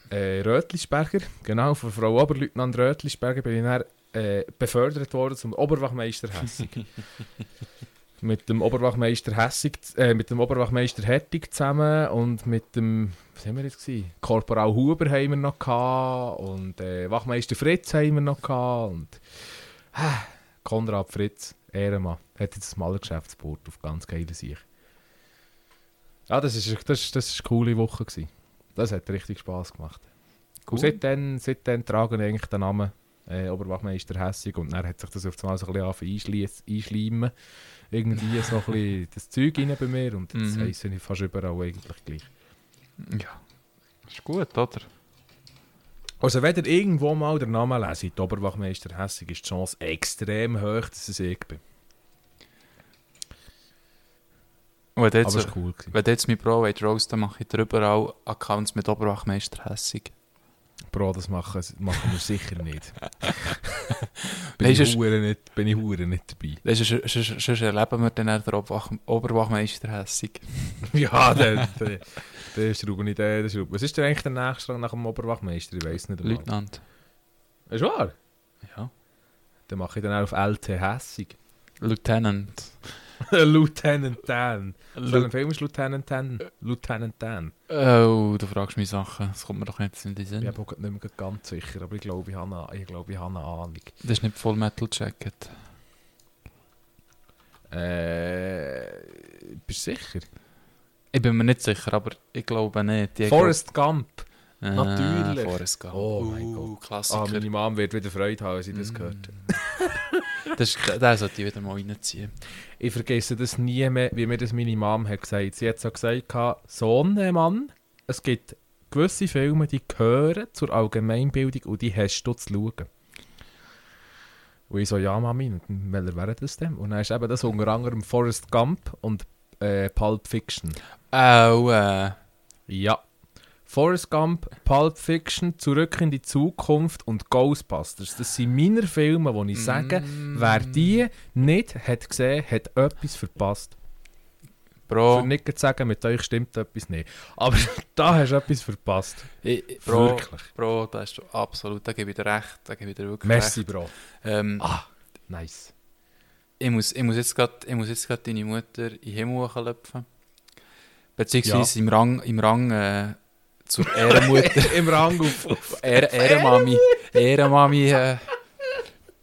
äh, Rötlisberger, genau, vor Frau Oberleutnant Rötlisberger bin ich dann äh, befördert worden zum Oberwachmeister Hessig. mit dem Oberwachmeister Hessig, äh, mit dem Oberwachmeister Hertig zusammen und mit dem, was haben wir jetzt gesehen? Korporal Huber haben wir noch gehabt und äh, Wachmeister Fritz haben wir noch gehabt und ah, Konrad Fritz, Ehrenmann, hat jetzt ein Malergeschäftsboot auf ganz geile Sicht. Ja, das ist, das, ist- das ist eine coole Woche gewesen. Das hat richtig Spass gemacht. Und Cool. seitdem, seitdem tragen wir eigentlich den Namen äh, Oberwachmeister Hessig und dann hat sich das auf einmal so ein bisschen angefangen einschliess- einschleimen. Irgendwie so ein bisschen das Zeug rein bei mir und jetzt Mhm. mhm. heisse ich fast überall eigentlich gleich. Ja. Ist gut, oder? Also wenn ihr irgendwo mal den Namen leset, Oberwachmeister Hessig, ist die Chance extrem hoch, dass es ich bin. Und wenn du jetzt, Aber es war cool. Gewesen. wenn du jetzt mein Pro wollt roasten, mache ich drüber auch Accounts mit Oberwachmeister Hässig. Bro, das machen, das machen wir sicher nicht. bin, Nein, ich sonst- hure nicht bin ich hure nicht dabei. Das ist- Sonst sonst erleben wir dann auch den Obwach- Oberwachmeister Hässig. ja, der, der, der schraube ich den, der schraube. Was ist denn eigentlich der nächste Rang nach dem Oberwachmeister? Ich weiß nicht. einmal. Leutnant. Ist wahr? Ja. Dann mache ich dann auch auf LT Hässig. Lieutenant. Lieutenant Dan. Ist das Lu ein Film ist Lieutenant Dan? Lieutenant Dan. oh, du fragst mich Sachen. Das kommt mir doch jetzt in den Ich Sinn. bin aber auch nicht mehr ganz sicher, aber ich glaube, ich habe eine, ich glaube, ich habe eine Ahnung. Das ist nicht Full Metal Jacket. Äh, bist du sicher? Ich bin mir nicht sicher, aber ich glaube nicht. Die Forrest Gump. Gro- Ah, natürlich. Forrest Gump. Oh mein Gott. Ah, Klassiker. meine Mom wird wieder Freude haben, als sie Mm. das gehört. das ist, den- den sollte ich wieder mal reinziehen. Ich vergesse das nie mehr, wie mir das meine Mom hat gesagt. Sie hat so gesagt, Sohnemann, es gibt gewisse Filme, die gehören zur Allgemeinbildung und die hast du zu schauen. Und ich so, ja Mami, und welcher wäre das denn? Und dann ist eben das unter anderem Forrest Gump und äh, Pulp Fiction. Au, äh, Ja. Forrest Gump, Pulp Fiction, Zurück in die Zukunft und Ghostbusters. Das sind meine Filme, wo ich sage, mm, wer die nicht hat gesehen, hat etwas verpasst. Bro, Für nicht zu sagen, mit euch stimmt etwas nicht. Aber da hast du etwas verpasst. ich, ich- Eh, Bro, Wirklich. Bro, da hast du absolut, da gebe ich dir recht, da gebe ich dir wirklich Merci, recht. Bro. Ähm, Nice. ich, muss, ich muss jetzt grad- ich muss jetzt gerade deine Mutter in den Himmel hochlöpfen. Beziehungsweise im Rang, im Rang äh, zur Ehrenmutter, Im Rang auf. auf Ehren, Ehrenmami, Ehrenmami äh,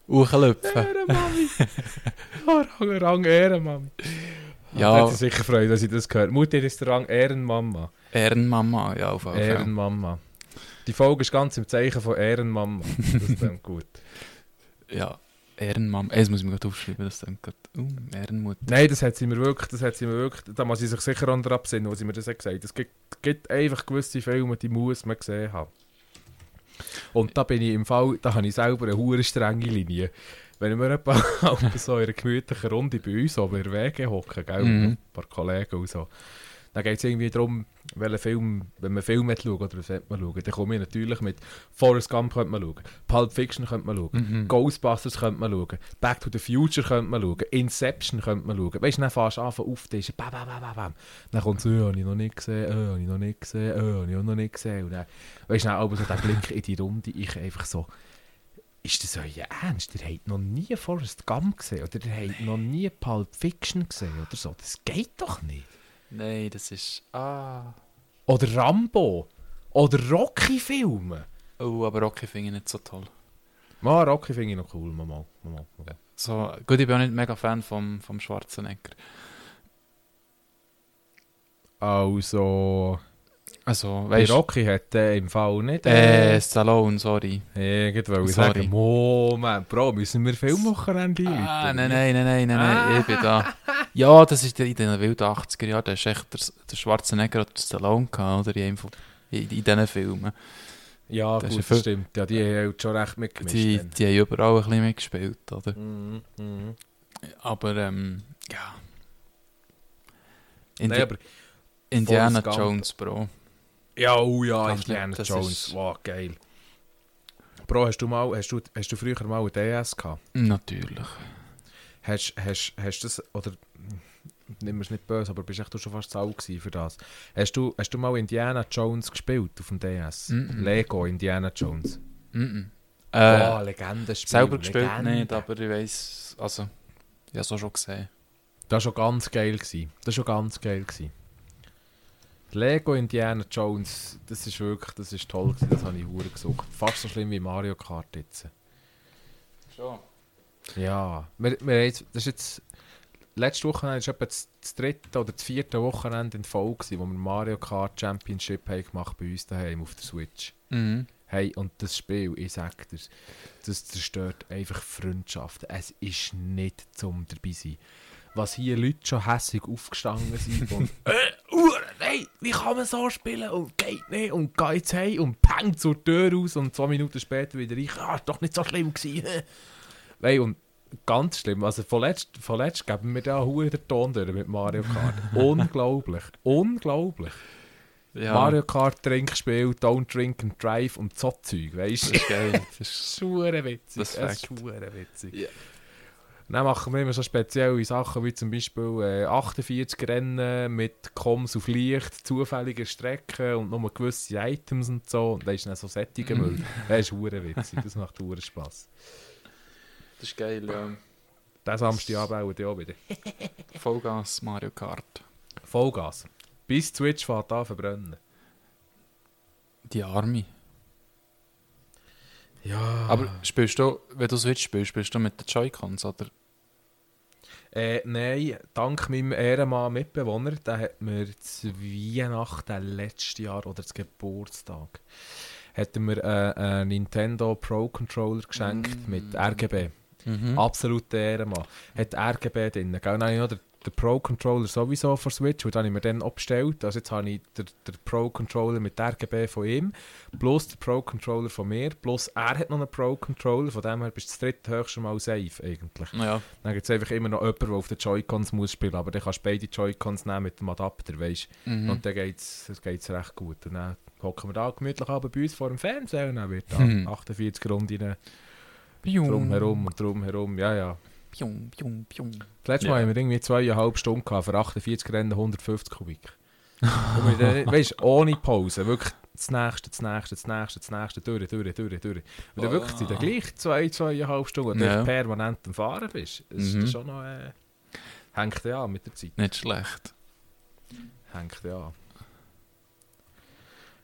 hochlöpfen. Ehrenmami. Oh, Rang, Rang Ehrenmami. Ja. Ja. Ich hätte sicher Freude, dass ich das gehört. Mutter ist der Rang Ehrenmama. Ehrenmama, ja, auf jeden Fall. Ehrenmama. Die Folge ist ganz im Zeichen von Ehrenmama. Das klingt gut. Ja, Ehrenmama. Ey, Das muss ich mir gerade aufschreiben, das dann gerade. Uh, Ehrenmutter. Nein, das hat sie mir wirklich, das hat sie mir wirklich, da muss sie sich sicher unter absinnen, was sie mir das hat gesagt hat. Es gibt, gibt einfach gewisse Filme, die muss man gesehen haben. Und da bin ich im Fall, da habe ich selber eine hure strenge Linie. Wenn wir etwa halb so in einer gemütlichen Runde bei uns oben in der WG hocken, gell, Mhm. mit ein paar Kollegen und so, Dann geht es irgendwie darum, welchen Film, wenn man Film schauen oder was will man schauen, dann komme ich natürlich mit Forrest Gump könnte man schauen, Pulp Fiction könnte man schauen, Mhm. Ghostbusters könnte man schauen, Back to the Future könnte man schauen, Inception könnte man schauen. Weißt du, dann fährst du an, auftischen, bam, bam, bam, bam, bam. Dann kommt so, ja, habe ich noch nicht gesehen, äh, habe ich noch nicht gesehen, äh, habe ich auch noch nicht gesehen. Und dann, weißt du, dann aber so der Blick in die Runde, ich einfach so, ist das euer Ernst? Ihr habt noch nie Forrest Gump gesehen oder ihr habt noch nie Pulp Fiction gesehen oder so. Das geht doch nicht. Nein, das ist. Ah. Oder Rambo. Oder Rocky-Filme. Oh, aber Rocky finde ich nicht so toll. Mal Rocky finde ich noch cool, mal, mal, mal, mal. So, gut, ich bin auch nicht mega Fan vom, vom Schwarzenegger. Also, Also, bei weißt du. Rocky hat er im Fall nicht... Äh, Stallone, sorry. Äh, ich wollte sorry. sagen, Moment, Bro, müssen wir Filmwochenende Ah, einläuten? nein, nein, nein, nein, nein, nein, Ah. ich bin da. Ja, das ist in den wilden 80er Jahren, da ist echt der, der Schwarzenegger oder der Stallone gehabt, oder in, einem von- in, in diesen Filmen. Ja, Das gut, ist das ein stimmt. Ja, die haben halt schon recht mitgemischt. Die, dann. die haben überall ein bisschen mitgespielt, oder? Mhm, mhm. Aber, ähm, ja. Indi Nein, aber... Indiana Forrest Gump. Jones, Bro. Ja, oh ja, Kannst Indiana nicht, das Jones. ist- Wow, geil. Bro, hast du, mal, hast, du, hast du früher mal einen DS gehabt? Natürlich. Hast du hast, hast das, oder nimm es nicht böse, aber bist echt du schon fast zu alt gewesen für das. Hast du, hast du mal Indiana Jones gespielt auf dem DS? Mhm. Lego Indiana Jones. Mhm. Äh, Boah, Legendenspiel. selber gespielt Oh, Legende. nicht, aber ich weiss, also, ich habe es auch schon gesehen. Das war schon ganz geil. Gewesen. Das war schon ganz geil. Gewesen. Lego Indiana Jones, das ist wirklich, das ist toll gewesen, das habe ich hure gesucht. Fast so schlimm wie Mario Kart jetzt. Schon. Ja, wir, wir haben jetzt, das ist jetzt, letzte Wochenende war etwa das, das dritte oder das vierte Wochenende in Folge, gewesen, wo wir Mario Kart Championship haben gemacht bei uns daheim auf der Switch. Mhm. Hey, und das Spiel, ich sag dir, das zerstört einfach Freundschaften. Es ist nicht zum dabei sein. Was hier Leute schon hässig aufgestanden sind und äh, Uhr, nein, wie kann man so spielen und geht nicht und geht jetzt heim und peng zur Tür raus und zwei Minuten später wieder rein. Ah, ist doch nicht so schlimm gewesen. Nein, und ganz schlimm, also vorletzt, vorletzt geben wir da hure den Ton durch mit Mario Kart. Unglaublich, unglaublich. Ja, Mario Kart Trinkspiel, Don't Drink and Drive und so Zeug, das weißt du? ist geil. Das ist Schuhe witzig. Das Das ist ist Fakt. schuhe witzig. Ja. Dann machen wir immer so spezielle Sachen wie zum Beispiel äh, 48 Rennen mit Koms auf Licht, zufälliger Strecken und nochmal gewisse Items und so. Und da ist dann so sättige Mhm. Müll. Das ist hure witzig, das macht hure Spass. Das ist geil, ja. Den Samstagabend auch, auch wieder. Vollgas Mario Kart. Vollgas. Bis die Switch fährt an verbrennen. Die Army. Ja. Aber spielst du, wenn du Switch spielst, spielst du mit den Joy-Cons, oder? Äh, nein, dank meinem Ehrenmann Mitbewohner, der hat mir zu Weihnachten letztes Jahr oder zu Geburtstag hat er mir äh, einen Nintendo Pro Controller geschenkt Mm. mit RGB. Mhm. Absolut der Ehrenmann. Hat RGB drin. Gell? Dann habe ich noch den, den Pro Controller sowieso von Switch und dann habe ich mir den auch bestellt. Also jetzt habe ich den, den Pro Controller mit RGB von ihm, plus den Pro Controller von mir, plus er hat noch einen Pro Controller, von dem her bist du das dritte höchste Mal safe eigentlich. Ja, Dann gibt es einfach immer noch jemanden, der auf den Joy-Cons muss spielen muss. Aber dann kannst du beide Joy-Cons nehmen mit dem Adapter, weißt mhm. du? Und dann geht es geht's recht gut. Und dann hocken wir da gemütlich ab bei uns vor dem Fernseher und dann wird da Mhm. 48 Runden Pium. drumherum und drumherum. Ja, ja. Pium, pium, pium. Das letzte Ja. Mal haben wir irgendwie zweieinhalb Stunden gehabt, für 48 Rennen 150 Kubik. Und wir dann, weißt du, ohne Pause, wirklich das nächste, das nächste, das nächste, das nächste, durch, durch, durch, durch. Und dann Ah. wirklich sind dann gleich zwei, zweieinhalb Stunden, und du Ja. echt permanent am Fahren bist. Das ist Mhm. dann schon noch, äh, hängt ja an mit der Zeit. Nicht schlecht. Hängt ja an.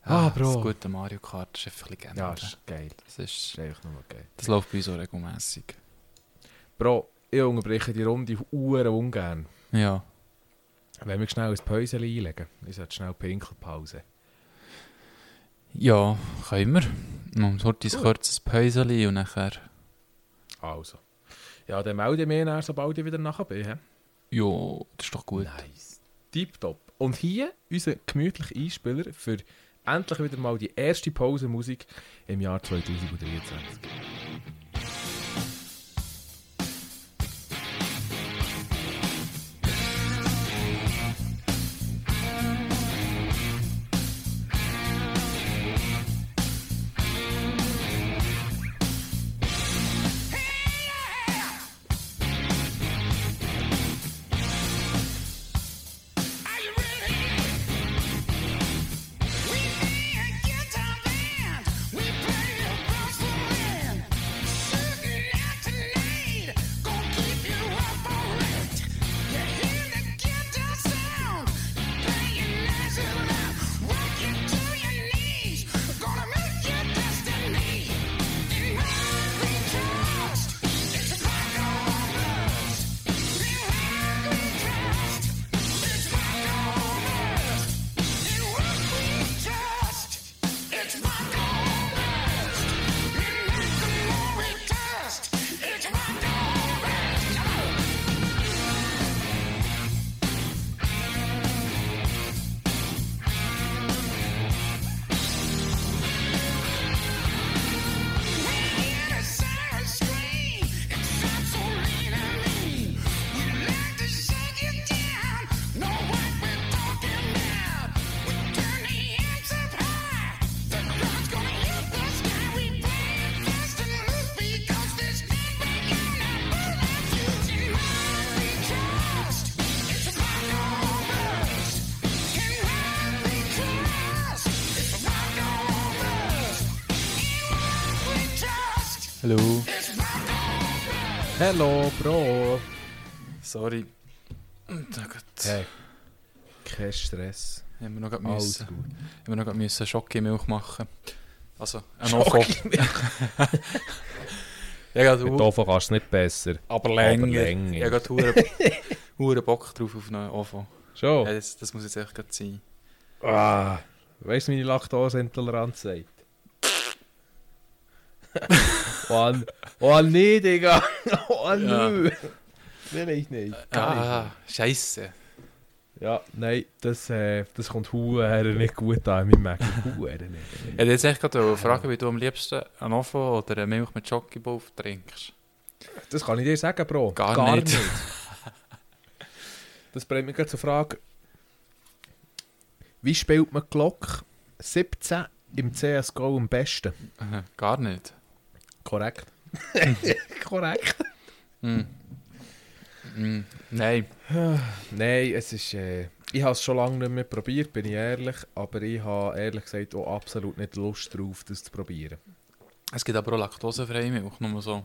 Ah, Ah, Bro. Das gute Mario Kart ist einfach Legende. Ja, ist geil. das, ist, Ist einfach nur geil. das läuft bei uns auch regelmässig. Bro, ich unterbreche die Runde uhren ungern. Ja. Wenn wir schnell ein Päuschen einlegen, ich sollte schnell Pinkelpause. Ja, können wir. Man hat ein Gut. kurzes Päuschen und nachher... Also. Ja, dann melde ich mich dann, sobald ich wieder nachher bin. hä? Ja, das ist doch gut. Nice. Tipptopp. Und hier unser gemütlicher Einspieler für endlich wieder mal die erste Pausenmusik im Jahr 2023. Hallo. Hello, Bro. Sorry. Da grad- Hey. Kein Stress. Haben wir noch grad Alles müssen, gut. haben wir noch grad müssen Schokimilch machen. Also, ein Ofo. Schocki- Ja, gerade Mit hu- Tofu kannst du es nicht besser. aber aber länger. länger. Ja, gerade hure- hure Bock drauf auf einen Ofo. Schon. nou, Ja, das, das muss jetzt echt grad sein. Ah, weißt du, meine Laktoseintoleranz sagt? oh, n- oh nee, Digga. Oh Ja. nö. Will ich nicht. Kann ich Ah, Scheiße. nicht. Ja, nein, das, äh, das kommt Huere nicht gut an in meinem Magen. Huere Ich nicht. hätte jetzt echt gerade wollen fragen, wie du am liebsten einen Ofo oder eine Milch mit Schokibauf trinkst. Das kann ich dir sagen, Bro. Gar nicht. Das bringt mich gerade zur Frage, wie spielt man Glock 17 im CSGO am besten? Äh, Gar nicht. Korrekt. Korrekt. Mm. Mm. Nein. Nein, es ist. Äh, ich habe es schon lange nicht mehr probiert, bin ich ehrlich. Aber ich habe ehrlich gesagt auch absolut nicht Lust drauf, das zu probieren. Es gibt aber auch laktosefreie Milch, nur so.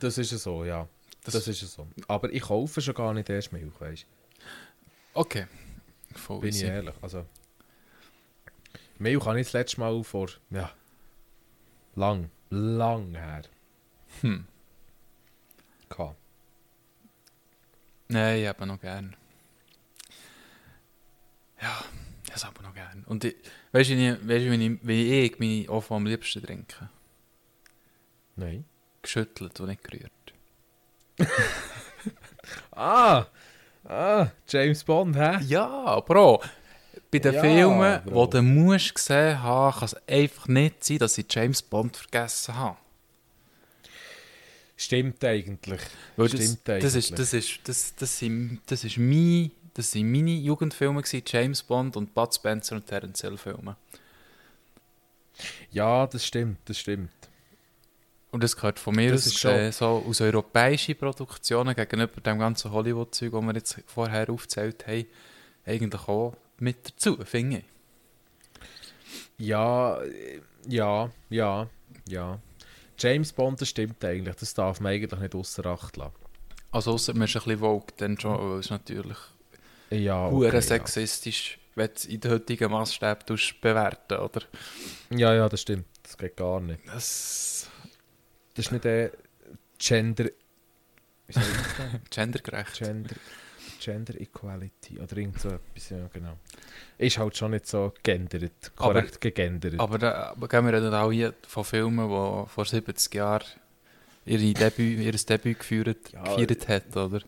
Das ist ja so, ja. Das, Das- ist ja so. Aber ich kaufe schon gar nicht erst Milch, weißt Okay. Voll du? Bin ich easy. ehrlich. Also, Milch habe ich das letzte Mal vor. Ja. Lang, lang her. Hm. Gehabt. Nein, ich habe noch gern. Ja, das habe ich noch gern. Und ich, weißt du, wie ich, weißt du, wie ich, wie ich meine Ofo am liebsten trinke? Nein. Geschüttelt und nicht gerührt. Ah! Ah! James Bond, hä? Ja, Bro. Bei den Ja, Filmen, Bro. die du musst gesehen haben, kann es einfach nicht sein, dass ich James Bond vergessen habe. Stimmt eigentlich. Weil Stimmt das, das, ist, das, ist, das, das, sind, das, ist mein, das sind meine Jugendfilme, gewesen, James Bond und Bud Spencer und Terence Hill Filme. Ja, das stimmt, das stimmt. Und das gehört von mir Das aus ist schon- gesehen, so aus europäischen Produktionen gegenüber dem ganzen Hollywood-Zeug, das wir jetzt vorher aufgezählt haben, eigentlich auch mit dazu, finde ich. Ja, äh, ja, ja, ja. James Bond, das stimmt eigentlich. Das darf man eigentlich nicht außer Acht lassen. Also ausser man ist ein bisschen vogue, dann schon, weil es natürlich Ja, hure okay, ja. sexistisch, wenn du es in den heutigen Maßstäben tust bewerten, oder? ja, ja, das stimmt. Das geht gar nicht. Das Das ist nicht äh, Gender... Wie soll ich das sagen? gendergerecht. Gender... Gender Equality oder irgend so etwas, ja genau. Ist halt schon nicht so geändert, Aber- korrekt gegendert. Aber, da, aber gell, wir reden auch hier von Filmen, die vor 70 Jahren ihre Debüt, ihr Debüt gefeiert, Ja, gefeiert hat, oder?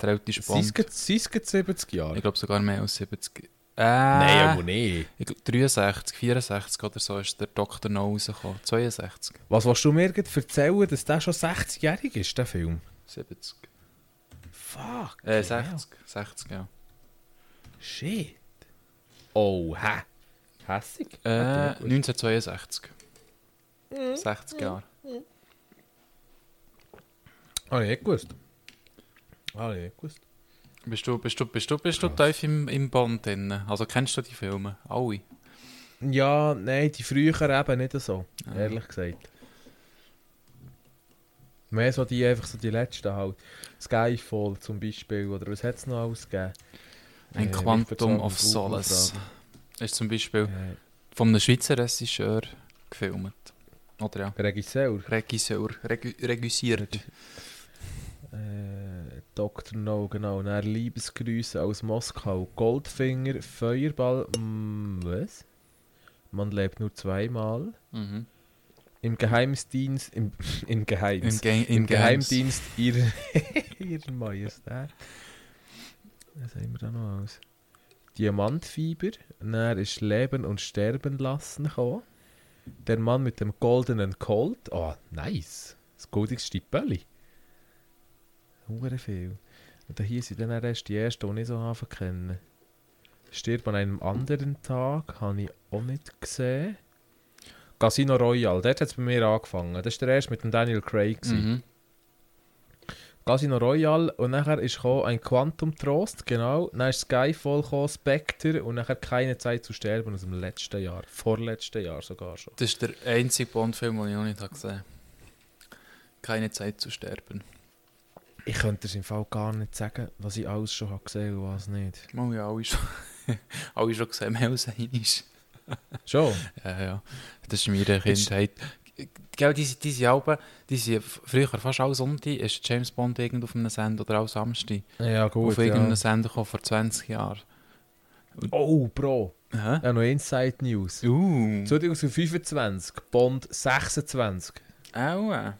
Der Äh. alte Sind es Spannend. gerade- sind es gerade 70 Jahre? Ich glaube sogar mehr als 70. Äh, Nein, aber nicht. ich glaub, 63, 64 oder so ist der Dr. No rausgekommen. 62, Was willst du mir gerade erzählen, dass der schon 60-jährig ist, der Film? 70. Fuck. Äh, hell. 60, 60, ja. Shit. Oh, hä? Hässig? Äh, Hat er nicht gewusst. 1962. 60 Jahre. Habe ich nicht gewusst. Habe ich nicht gewusst. Bist du, bist du, bist du, bist du tief im, im Bond drin? Also kennst du die Filme? Alle? Ja, nein, die früher eben nicht so, Ah. ehrlich gesagt. Mehr so die, einfach so die letzten halt. Skyfall zum Beispiel, oder was hat es noch alles gegeben? Ein Äh, Quantum Lichtverzogen, of Solace. Ist zum Beispiel Äh, von einem Schweizer Regisseur gefilmt. Oder ja? Regisseur, Regisseur. Regu regisiert. äh, Dr. No, genau. Und er Liebesgrüße aus Moskau. Goldfinger, Feuerball, mm, was? Man lebt nur zweimal. Mhm. Im Geheimdienst, im, im Geheimdienst. Im, Ge Im im Geheimdienst. Geheimdienst ihrer, ihrer Majestät. Was haben wir da noch aus? Diamantfieber. Dann ist Leben und Sterben lassen gekommen. Der Mann mit dem goldenen Colt. Oh, nice. Das goldige Stipelli. Hure viel. Und dann hier sind dann erst die ersten, die ich so habe kennen. Stirb an einem anderen Tag, habe ich auch nicht gesehen. Casino Royale, dort hat es bei mir angefangen. Das war der erste mit dem Daniel Craig. gewesen. Mhm. Casino Royale und nachher ist gekommen ein Quantum Trost, genau. Dann ist Skyfall, gekommen, Spectre und nachher keine Zeit zu sterben aus dem letzten Jahr. Vorletzten Jahr sogar schon. Das ist der einzige Bond-Film, den ich noch nicht habe gesehen habe. Keine Zeit zu sterben. Ich könnte es im Fall gar nicht sagen, was ich alles schon habe gesehen und was nicht. Mal ja, alle schon, alle schon gesehen, mehr als einmal. Schon? Ja, ja. Das ist meine Kindheit. Gell, diese, diese Alben, die sind f- früher fast alle Sonntag, ist James Bond irgendwo auf einem Sender oder auch Samstag. Ja, Auf gut. irgendeinem Ja. Sender gekommen vor 20 Jahren. Oh, Bro. Hä? Ja, noch Inside News. Uh. 2025, Bond 26. Aua.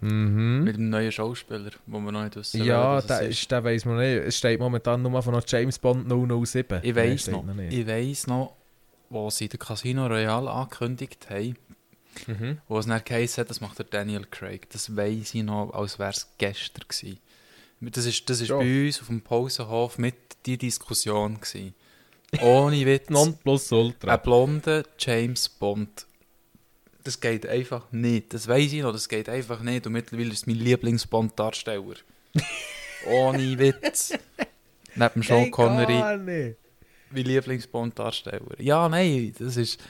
Mhm. Mit dem neuen Schauspieler, wo wir noch nicht wissen, wer Ja, das das ist, den weiss man nicht. Es steht momentan nur von noch James Bond 007. Ich Mehr weiss steht noch, nicht. ich weiss noch, wo sie den Casino Royale angekündigt haben, Mhm. wo es dann geheißen hat, das macht der Daniel Craig. Das weiss ich noch, als wäre es gestern gewesen. Das ist, das ist Ja. bei uns auf dem Pausenhof mit die Diskussion gewesen. Ohne Witz. Non plus ultra. Ein blonder James Bond. Das geht einfach nicht. Das weiß ich noch, das geht einfach nicht. Und mittlerweile ist es mein Lieblingsbond-Darsteller. Ohne Witz. Neben Sean Nein, Connery, gar nicht. mein Lieblingsbond-Darsteller. Ja, nein, das ist.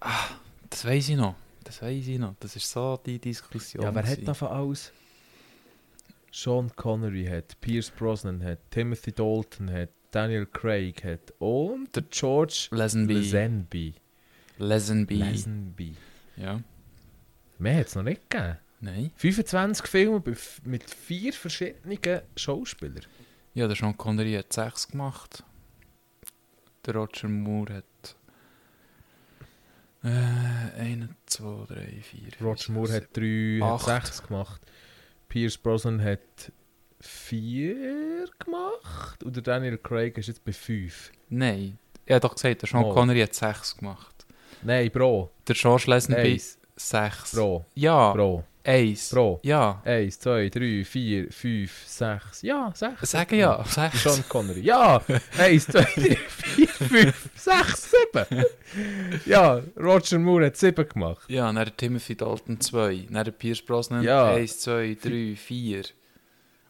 Ah, das weiß ich noch. Das weiß ich noch. Das ist so die Diskussion. Ja, wer hat gewesen. davon alles? Sean Connery hat, Pierce Brosnan hat, Timothy Dalton hat, Daniel Craig hat und der George Lesenby. Lazenby. Lesenby. Lazenby. Ja. Mehr hat es noch nicht gegeben. Nein. 25 Filme bei f- mit vier verschiedenen Schauspielern. Ja, der Sean Connery hat 6 gemacht. Der Roger Moore hat. Äh, 1, 2, 3, 4. Roger Moore hat drei, Acht. hat sechs gemacht. Pierce Brosnan hat vier gemacht. Und der Daniel Craig ist jetzt bei fünf. Nein, ich habe doch gesagt, der Sean Mal. Connery hat 6 gemacht. Nein, Bro. Der George Lazenby Eins. 6. Bro. Ja, Bro. 1. Bro. Ja, 1, 2, 3, 4, 5, 6. Ja, 6. sagen ja, 6. Sean Connery. Ja! 1, 2, 3, 4, 5, 6, 7. Ja, Roger Moore hat 7 gemacht. Ja, dann der Timothy Dalton 2. Dann der Pierce Brosnan Ja. 1, 2, 3, 4.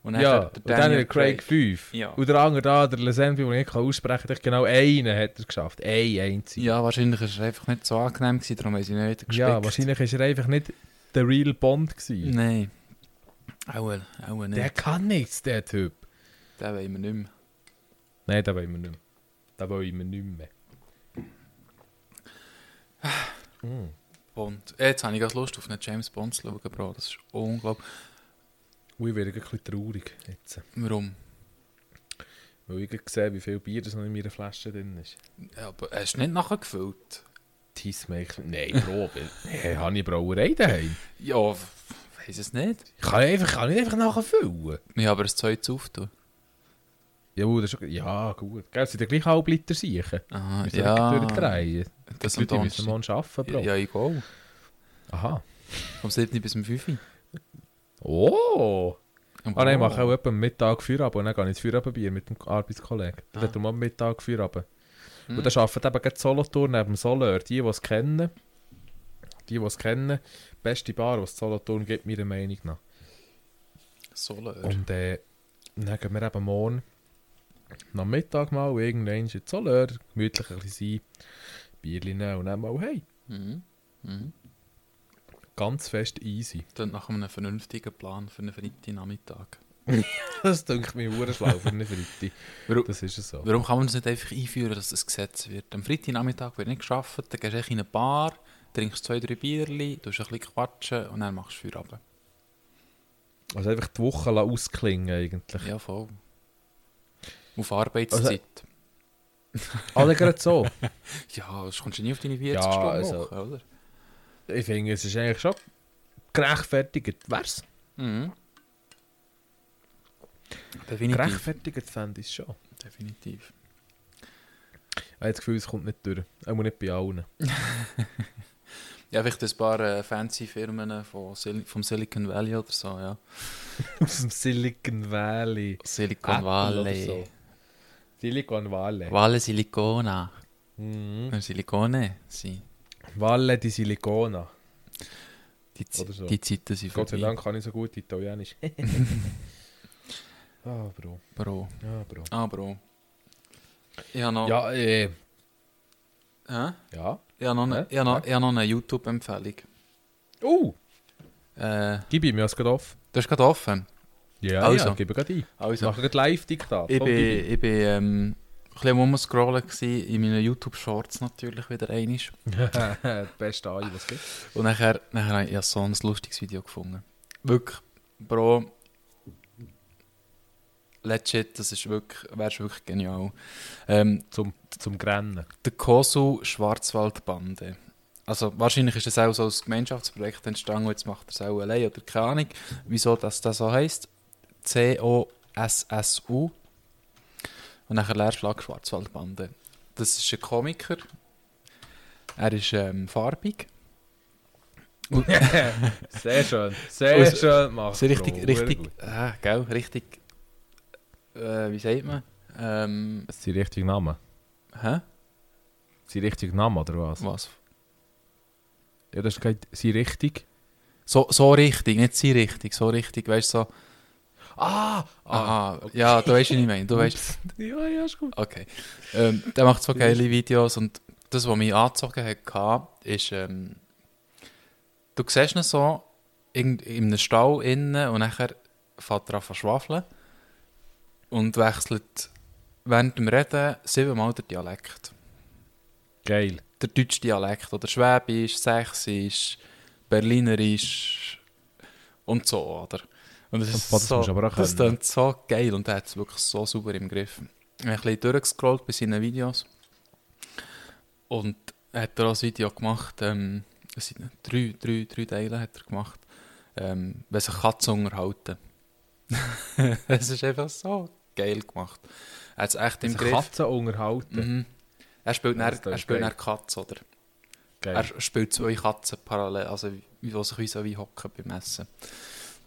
Und dann Ja, der und Daniel Craig 5. Ja. Und der andere da, der Lesenby, den ich nicht aussprechen kann, genau einen hat er geschafft. Ein einziger. Ja, wahrscheinlich war es einfach nicht so angenehm, gewesen, darum haben sie ihn nicht Ja, gespickt. wahrscheinlich war er einfach nicht der real Bond. Gewesen. Nein. Auch, auch nicht. Der kann nichts, der Typ. Den wollen wir nicht mehr. Nein, den wollen wir nicht mehr. Den wollen wir nicht mehr. Mm. Bond. Eh, Jetzt habe ich ganz Lust auf einen James Bond zu schauen, Bro. Das ist unglaublich. Ui, ich werde ein bisschen traurig jetzt. Warum? Weil ich gerade sehe, wie viel Bier das noch in meiner Flasche drin ist. Ja, aber hast du nicht nachgefüllt? Teasmaker. Nein, Bro, weil- nee, habe ich Brauerei daheim. Ja, weiß es nicht. Ich kann, einfach, kann nicht einfach nachfüllen. Wir haben aber ein zweites auftun. Ja, das ist schon, ja gut. Gell, sind ja gleich halb Liter sicher. Aha, Müssen ja. ja. durchdrehen. Das Die Leute müssen am morgen arbeiten, Bro. Ja, ja, ich auch. Aha. Vom 7. bis zum 5. Oh! Am Ah nein, ich mache auch etwa am Mittag Feierabend und dann gehe ich ins Feierabendbier mit dem Arbeitskollegen. Dann Ah. hat er mal am Mittag Feierabend. Hm. Und dann arbeiten eben gerade Solothurn neben dem Solör. Die, die es kennen, die, die es kennen, beste Bar, die es in Solothurn gibt, meiner Meinung nach. Solör. Und äh, dann gehen wir eben morgen am Mittag mal und irgendwann in die Solör, gemütlich ein bisschen sein, Bierchen nehmen und dann mal, hey, Mhm. Mhm. ganz fest easy. Das nach einem vernünftigen Plan für einen Freitagnachmittag. Das denkt mir verdammt schlau für eine Fritti. Warum- Das ist es so. Warum kann man das nicht einfach einführen, dass das Gesetz wird? Am Freitagnachmittag wird nicht geschafft, dann gehst du echt in eine Bar, trinkst zwei, drei Bierli, tust ein bisschen quatschen und dann machst du Feierabend. Also einfach die Woche lassen ausklingen eigentlich. Ja, voll. Auf Also, Arbeitszeit. äh, Alle Ah, gerade so. ja, sonst kommst du nie auf deine 40 Ja, Stunden also- Woche, oder? Ich finde, es ist eigentlich schon gerechtfertigt. Wär's? Mhm. Definitiv. Gerechtfertigt fände ich es schon. Definitiv. Ich habe das Gefühl, es kommt nicht durch. Auch nicht bei allen. Ja, vielleicht ein paar äh, fancy Firmen von Sil vom Silicon Valley oder so, ja. Aus dem Silicon Valley. Silicon Apple oder Valley. Ah, so. Silicon Valley. Valle Silicona. Mhm. Äh, Silicone, sie. Valle di Silicona. Die, Z- Oder so. die Zeiten sind Gott sei vorbei. Dank kann ich so gut Italienisch. Ah, Bro. Bro. Ja, Bro. Ah, Bro. Ich habe noch, Ja, äh, Hä? ja. Ich habe noch, eine- Hä? ich habe noch, ich habe noch eine YouTube-Empfehlung. Uh! Äh, Gib ihm, ja, es geht offen. du hast gerade offen. Ja, Also. ja, gib ihm gerade ein. Also, Machen wir gerade Live-Diktat. ich Komm, bin, gib ihm. ich bin ähm, ein bisschen am rumscrollen gewesen, in meinen YouTube-Shorts natürlich wieder einmal. Oh, das beste Ei, was es gibt. Und nachher, nachher habe ich ja so ein lustiges Video gefunden. Wirklich, Bro. Legit, das ist wirklich, wärst wirklich genial. Ähm, Zum, zum Grennen. der Kosu Schwarzwaldbande. Also wahrscheinlich ist das auch so als Gemeinschaftsprojekt entstanden, und jetzt macht er es auch allein oder keine Ahnung, wieso das, das so heisst. C-O-S-S-U. Und nachher Lehrschlag Schwarzwaldbande. Das ist ein Komiker. Er ist ähm, farbig. sehr schön, sehr Also, schön machen. So richtig, richtig, ah, gell, richtig, äh, wie sagt man? Ähm, Das ist die richtige Name. hä? Das ist die richtige Name, oder was? Was? Ja, das ist gesagt, sie richtig. So, so richtig, nicht sie richtig, so richtig, weißt du, so, Ah! aha, ja, du weißt, was ich meine, du weißt, Ja, ja, ist gut. okay. Ähm, der macht so geile Videos und das, was mich angezogen hat, war, ist, ähm, du siehst ihn so in, in einem Stall innen und nachher fährt er an zu schwafeln und wechselt während dem Reden siebenmal den Dialekt. Geil. der deutsche Dialekt oder Schwäbisch, Sächsisch, Berlinerisch und so, oder? Und das ist Boah, das so, musst du aber auch das können. klingt so geil und er hat es wirklich so super im Griff. Ich habe ein bisschen durchgescrollt bei seinen Videos und er hat da auch ein Video gemacht, ähm, es sind drei, drei, drei Teile hat er gemacht, ähm, wenn sich Katzen unterhalten. Es ist einfach so geil gemacht. Er hat es echt im Im Griff. Katzen unterhalten. Mhm. Er spielt, Ja, ja, das er klingt spielt geil. dann Katze, oder? Geil. Er spielt zwei Katzen parallel, also wie- wie die sich wie so wie hocken beim Essen.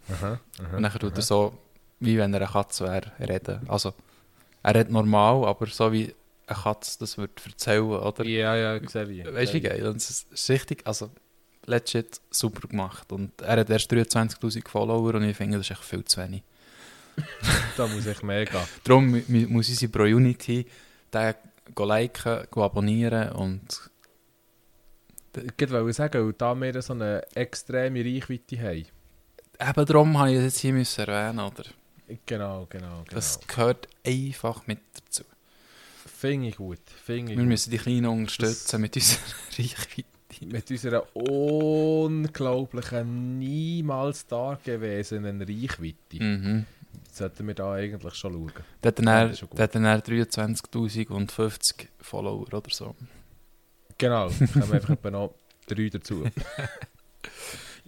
Aha, aha. Und dann tut er so, wie wenn er eine Katze wäre, reden. Also, er redet normal, aber so wie eine Katze das würde erzählen, oder? Ja, ja, ich sehe ich. Weißt du, wie geil? Und es ist richtig, also, legit super gemacht. Und er hat erst 23.000 Follower und ich finde, das ist echt viel zu wenig. Da muss ich mega. Darum mu- mu- muss unsere Pro-Unity den go liken, go abonnieren und Ich wollte sagen, weil da wir so eine eh, extreme Reichweite haben. eben darum habe ich es jetzt hier müssen erwähnen, oder? Genau, genau, genau. Das gehört einfach mit dazu. finde ich gut. Finde ich Wir gut. müssen die Kleinen unterstützen Das- mit unserer Reichweite. mit unserer unglaublichen, niemals dagewesenen Reichweite Mhm. sollten wir da eigentlich schon schauen. Der hat dann, Ja, ja, das ist schon gut. hat dann dann 23.050 Follower oder so. Genau, dann haben wir einfach etwa noch drei dazu.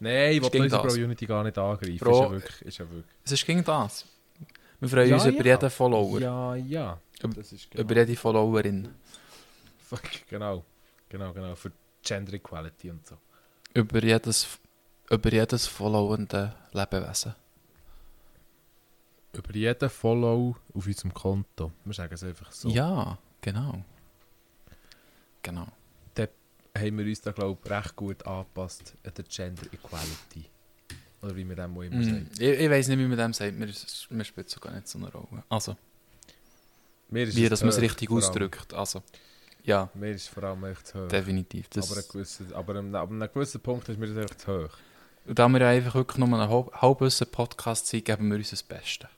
Nein, ich Ist will gegen unsere das. Pro-Unity gar nicht angreifen. Bro, ist ja wirklich... Ist ja, wirklich. Es ist gegen das. Wir freuen Ja, uns über ja. jeden Follower, ja, ja. Ob- Das ist über genau. jede Followerin, Fuck, genau. Genau, genau. Für Gender Equality und so. über jedes, über jedes followende Lebewesen. Über jeden Follow auf unserem Konto. Wir sagen es einfach so. Ja, genau. Genau. Haben wir uns da, glaube ich, recht gut angepasst an der Gender Equality. Oder wie wir dem auch immer Mhm. sagen. Ich, ich weiß nicht, wie man dem sagt. Mir, ist- mir spielt sogar nicht so eine Rolle. Also, Mir ist wie es dass man es zu hoch, richtig vor allem. ausdrückt. Also, ja, Mir ist es vor allem echt zu hoch. definitiv. Das, aber, ein gewisser, aber an einem gewissen Punkt ist mir das echt zu hoch. Und da wir ja einfach wirklich nur einen halb- halbwissen Podcast sind, geben wir uns das Beste.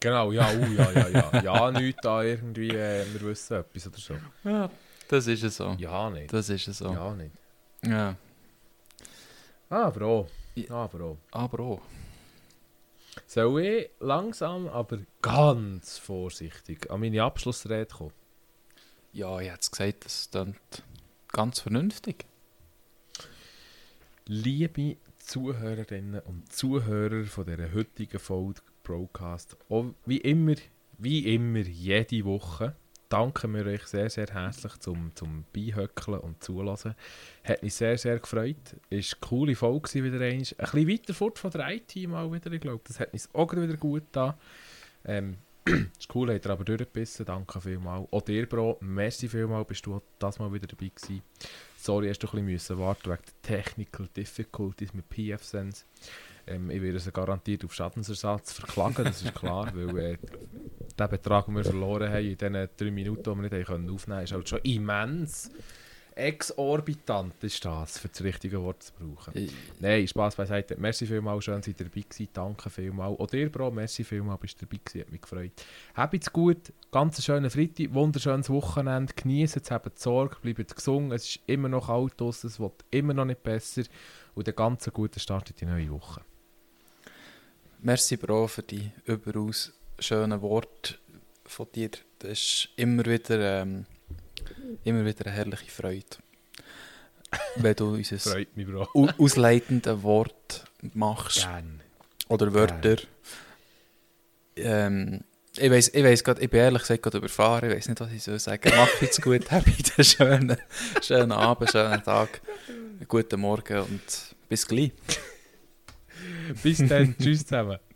Genau, ja, uh, ja, ja, ja. Ja, nichts da irgendwie, äh, wir wissen etwas oder so. Ja, das ist es so. Ja, nicht. Das ist es so. Ja. Ja, nicht. Ah, Bro. Ah, Bro. Aber auch. Soll ich langsam, aber ganz vorsichtig an meine Abschlussrede kommen? Ja, ich hätte es gesagt, das klingt ganz vernünftig. Liebe Zuhörerinnen und Zuhörer von dieser heutigen Folge Broadcast, auch wie immer, wie immer, jede Woche, danken wir euch sehr, sehr herzlich zum, zum Beihöckeln und Zulassen. Hat mich sehr, sehr gefreut. Ist eine coole Folge gewesen wieder einmal. Ein bisschen weiter fort von der IT mal wieder, ich glaube. Das hat uns auch gerade wieder gut getan. Ähm, ist cool, habt ihr aber durchgebissen. Danke vielmals. Auch dir, Bro, merci vielmals, bist du auch das Mal wieder dabei gewesen. Sorry, hast du ein bisschen müssen warten wegen der Technical Difficulties mit PF-Sense. Ähm, ich werde sie garantiert auf Schadensersatz verklagen, das ist klar, weil äh, der Betrag, den wir verloren haben in diesen drei Minuten, die wir nicht haben können aufnehmen konnten, ist halt schon immens. Exorbitant ist das, für das richtige Wort zu brauchen. Ich- Nein, Spaß beiseite. Merci vielmals, schön, dass ihr dabei gewesen. Danke vielmals. Auch dir, Bro, merci vielmals, bist du dabei gewesen. Hat mich gefreut. Habt's gut. Ganz einen schönen Freitag, wunderschönes Wochenende. Genießt es, habt Sorge, bleibt gesund. Es ist immer noch kalt draussen, es wird immer noch nicht besser. Und den ganzen guten Start in die neue Woche. Merci, Bro, für die überaus schönen Worte von dir. Das ist immer wieder, ähm, immer wieder eine herrliche Freude, wenn du unser Freut mich, Bro. au- ausleitende Wort machst. Gern. Oder Wörter. Ähm, ich weiss, ich weiss grad, ich bin ehrlich gesagt grad überfahren, ich weiss nicht, was ich soll sagen. Macht jetzt gut, habt einen schönen, schönen Abend, schönen Tag, guten Morgen und bis gleich. Bis dann, tschüss zusammen.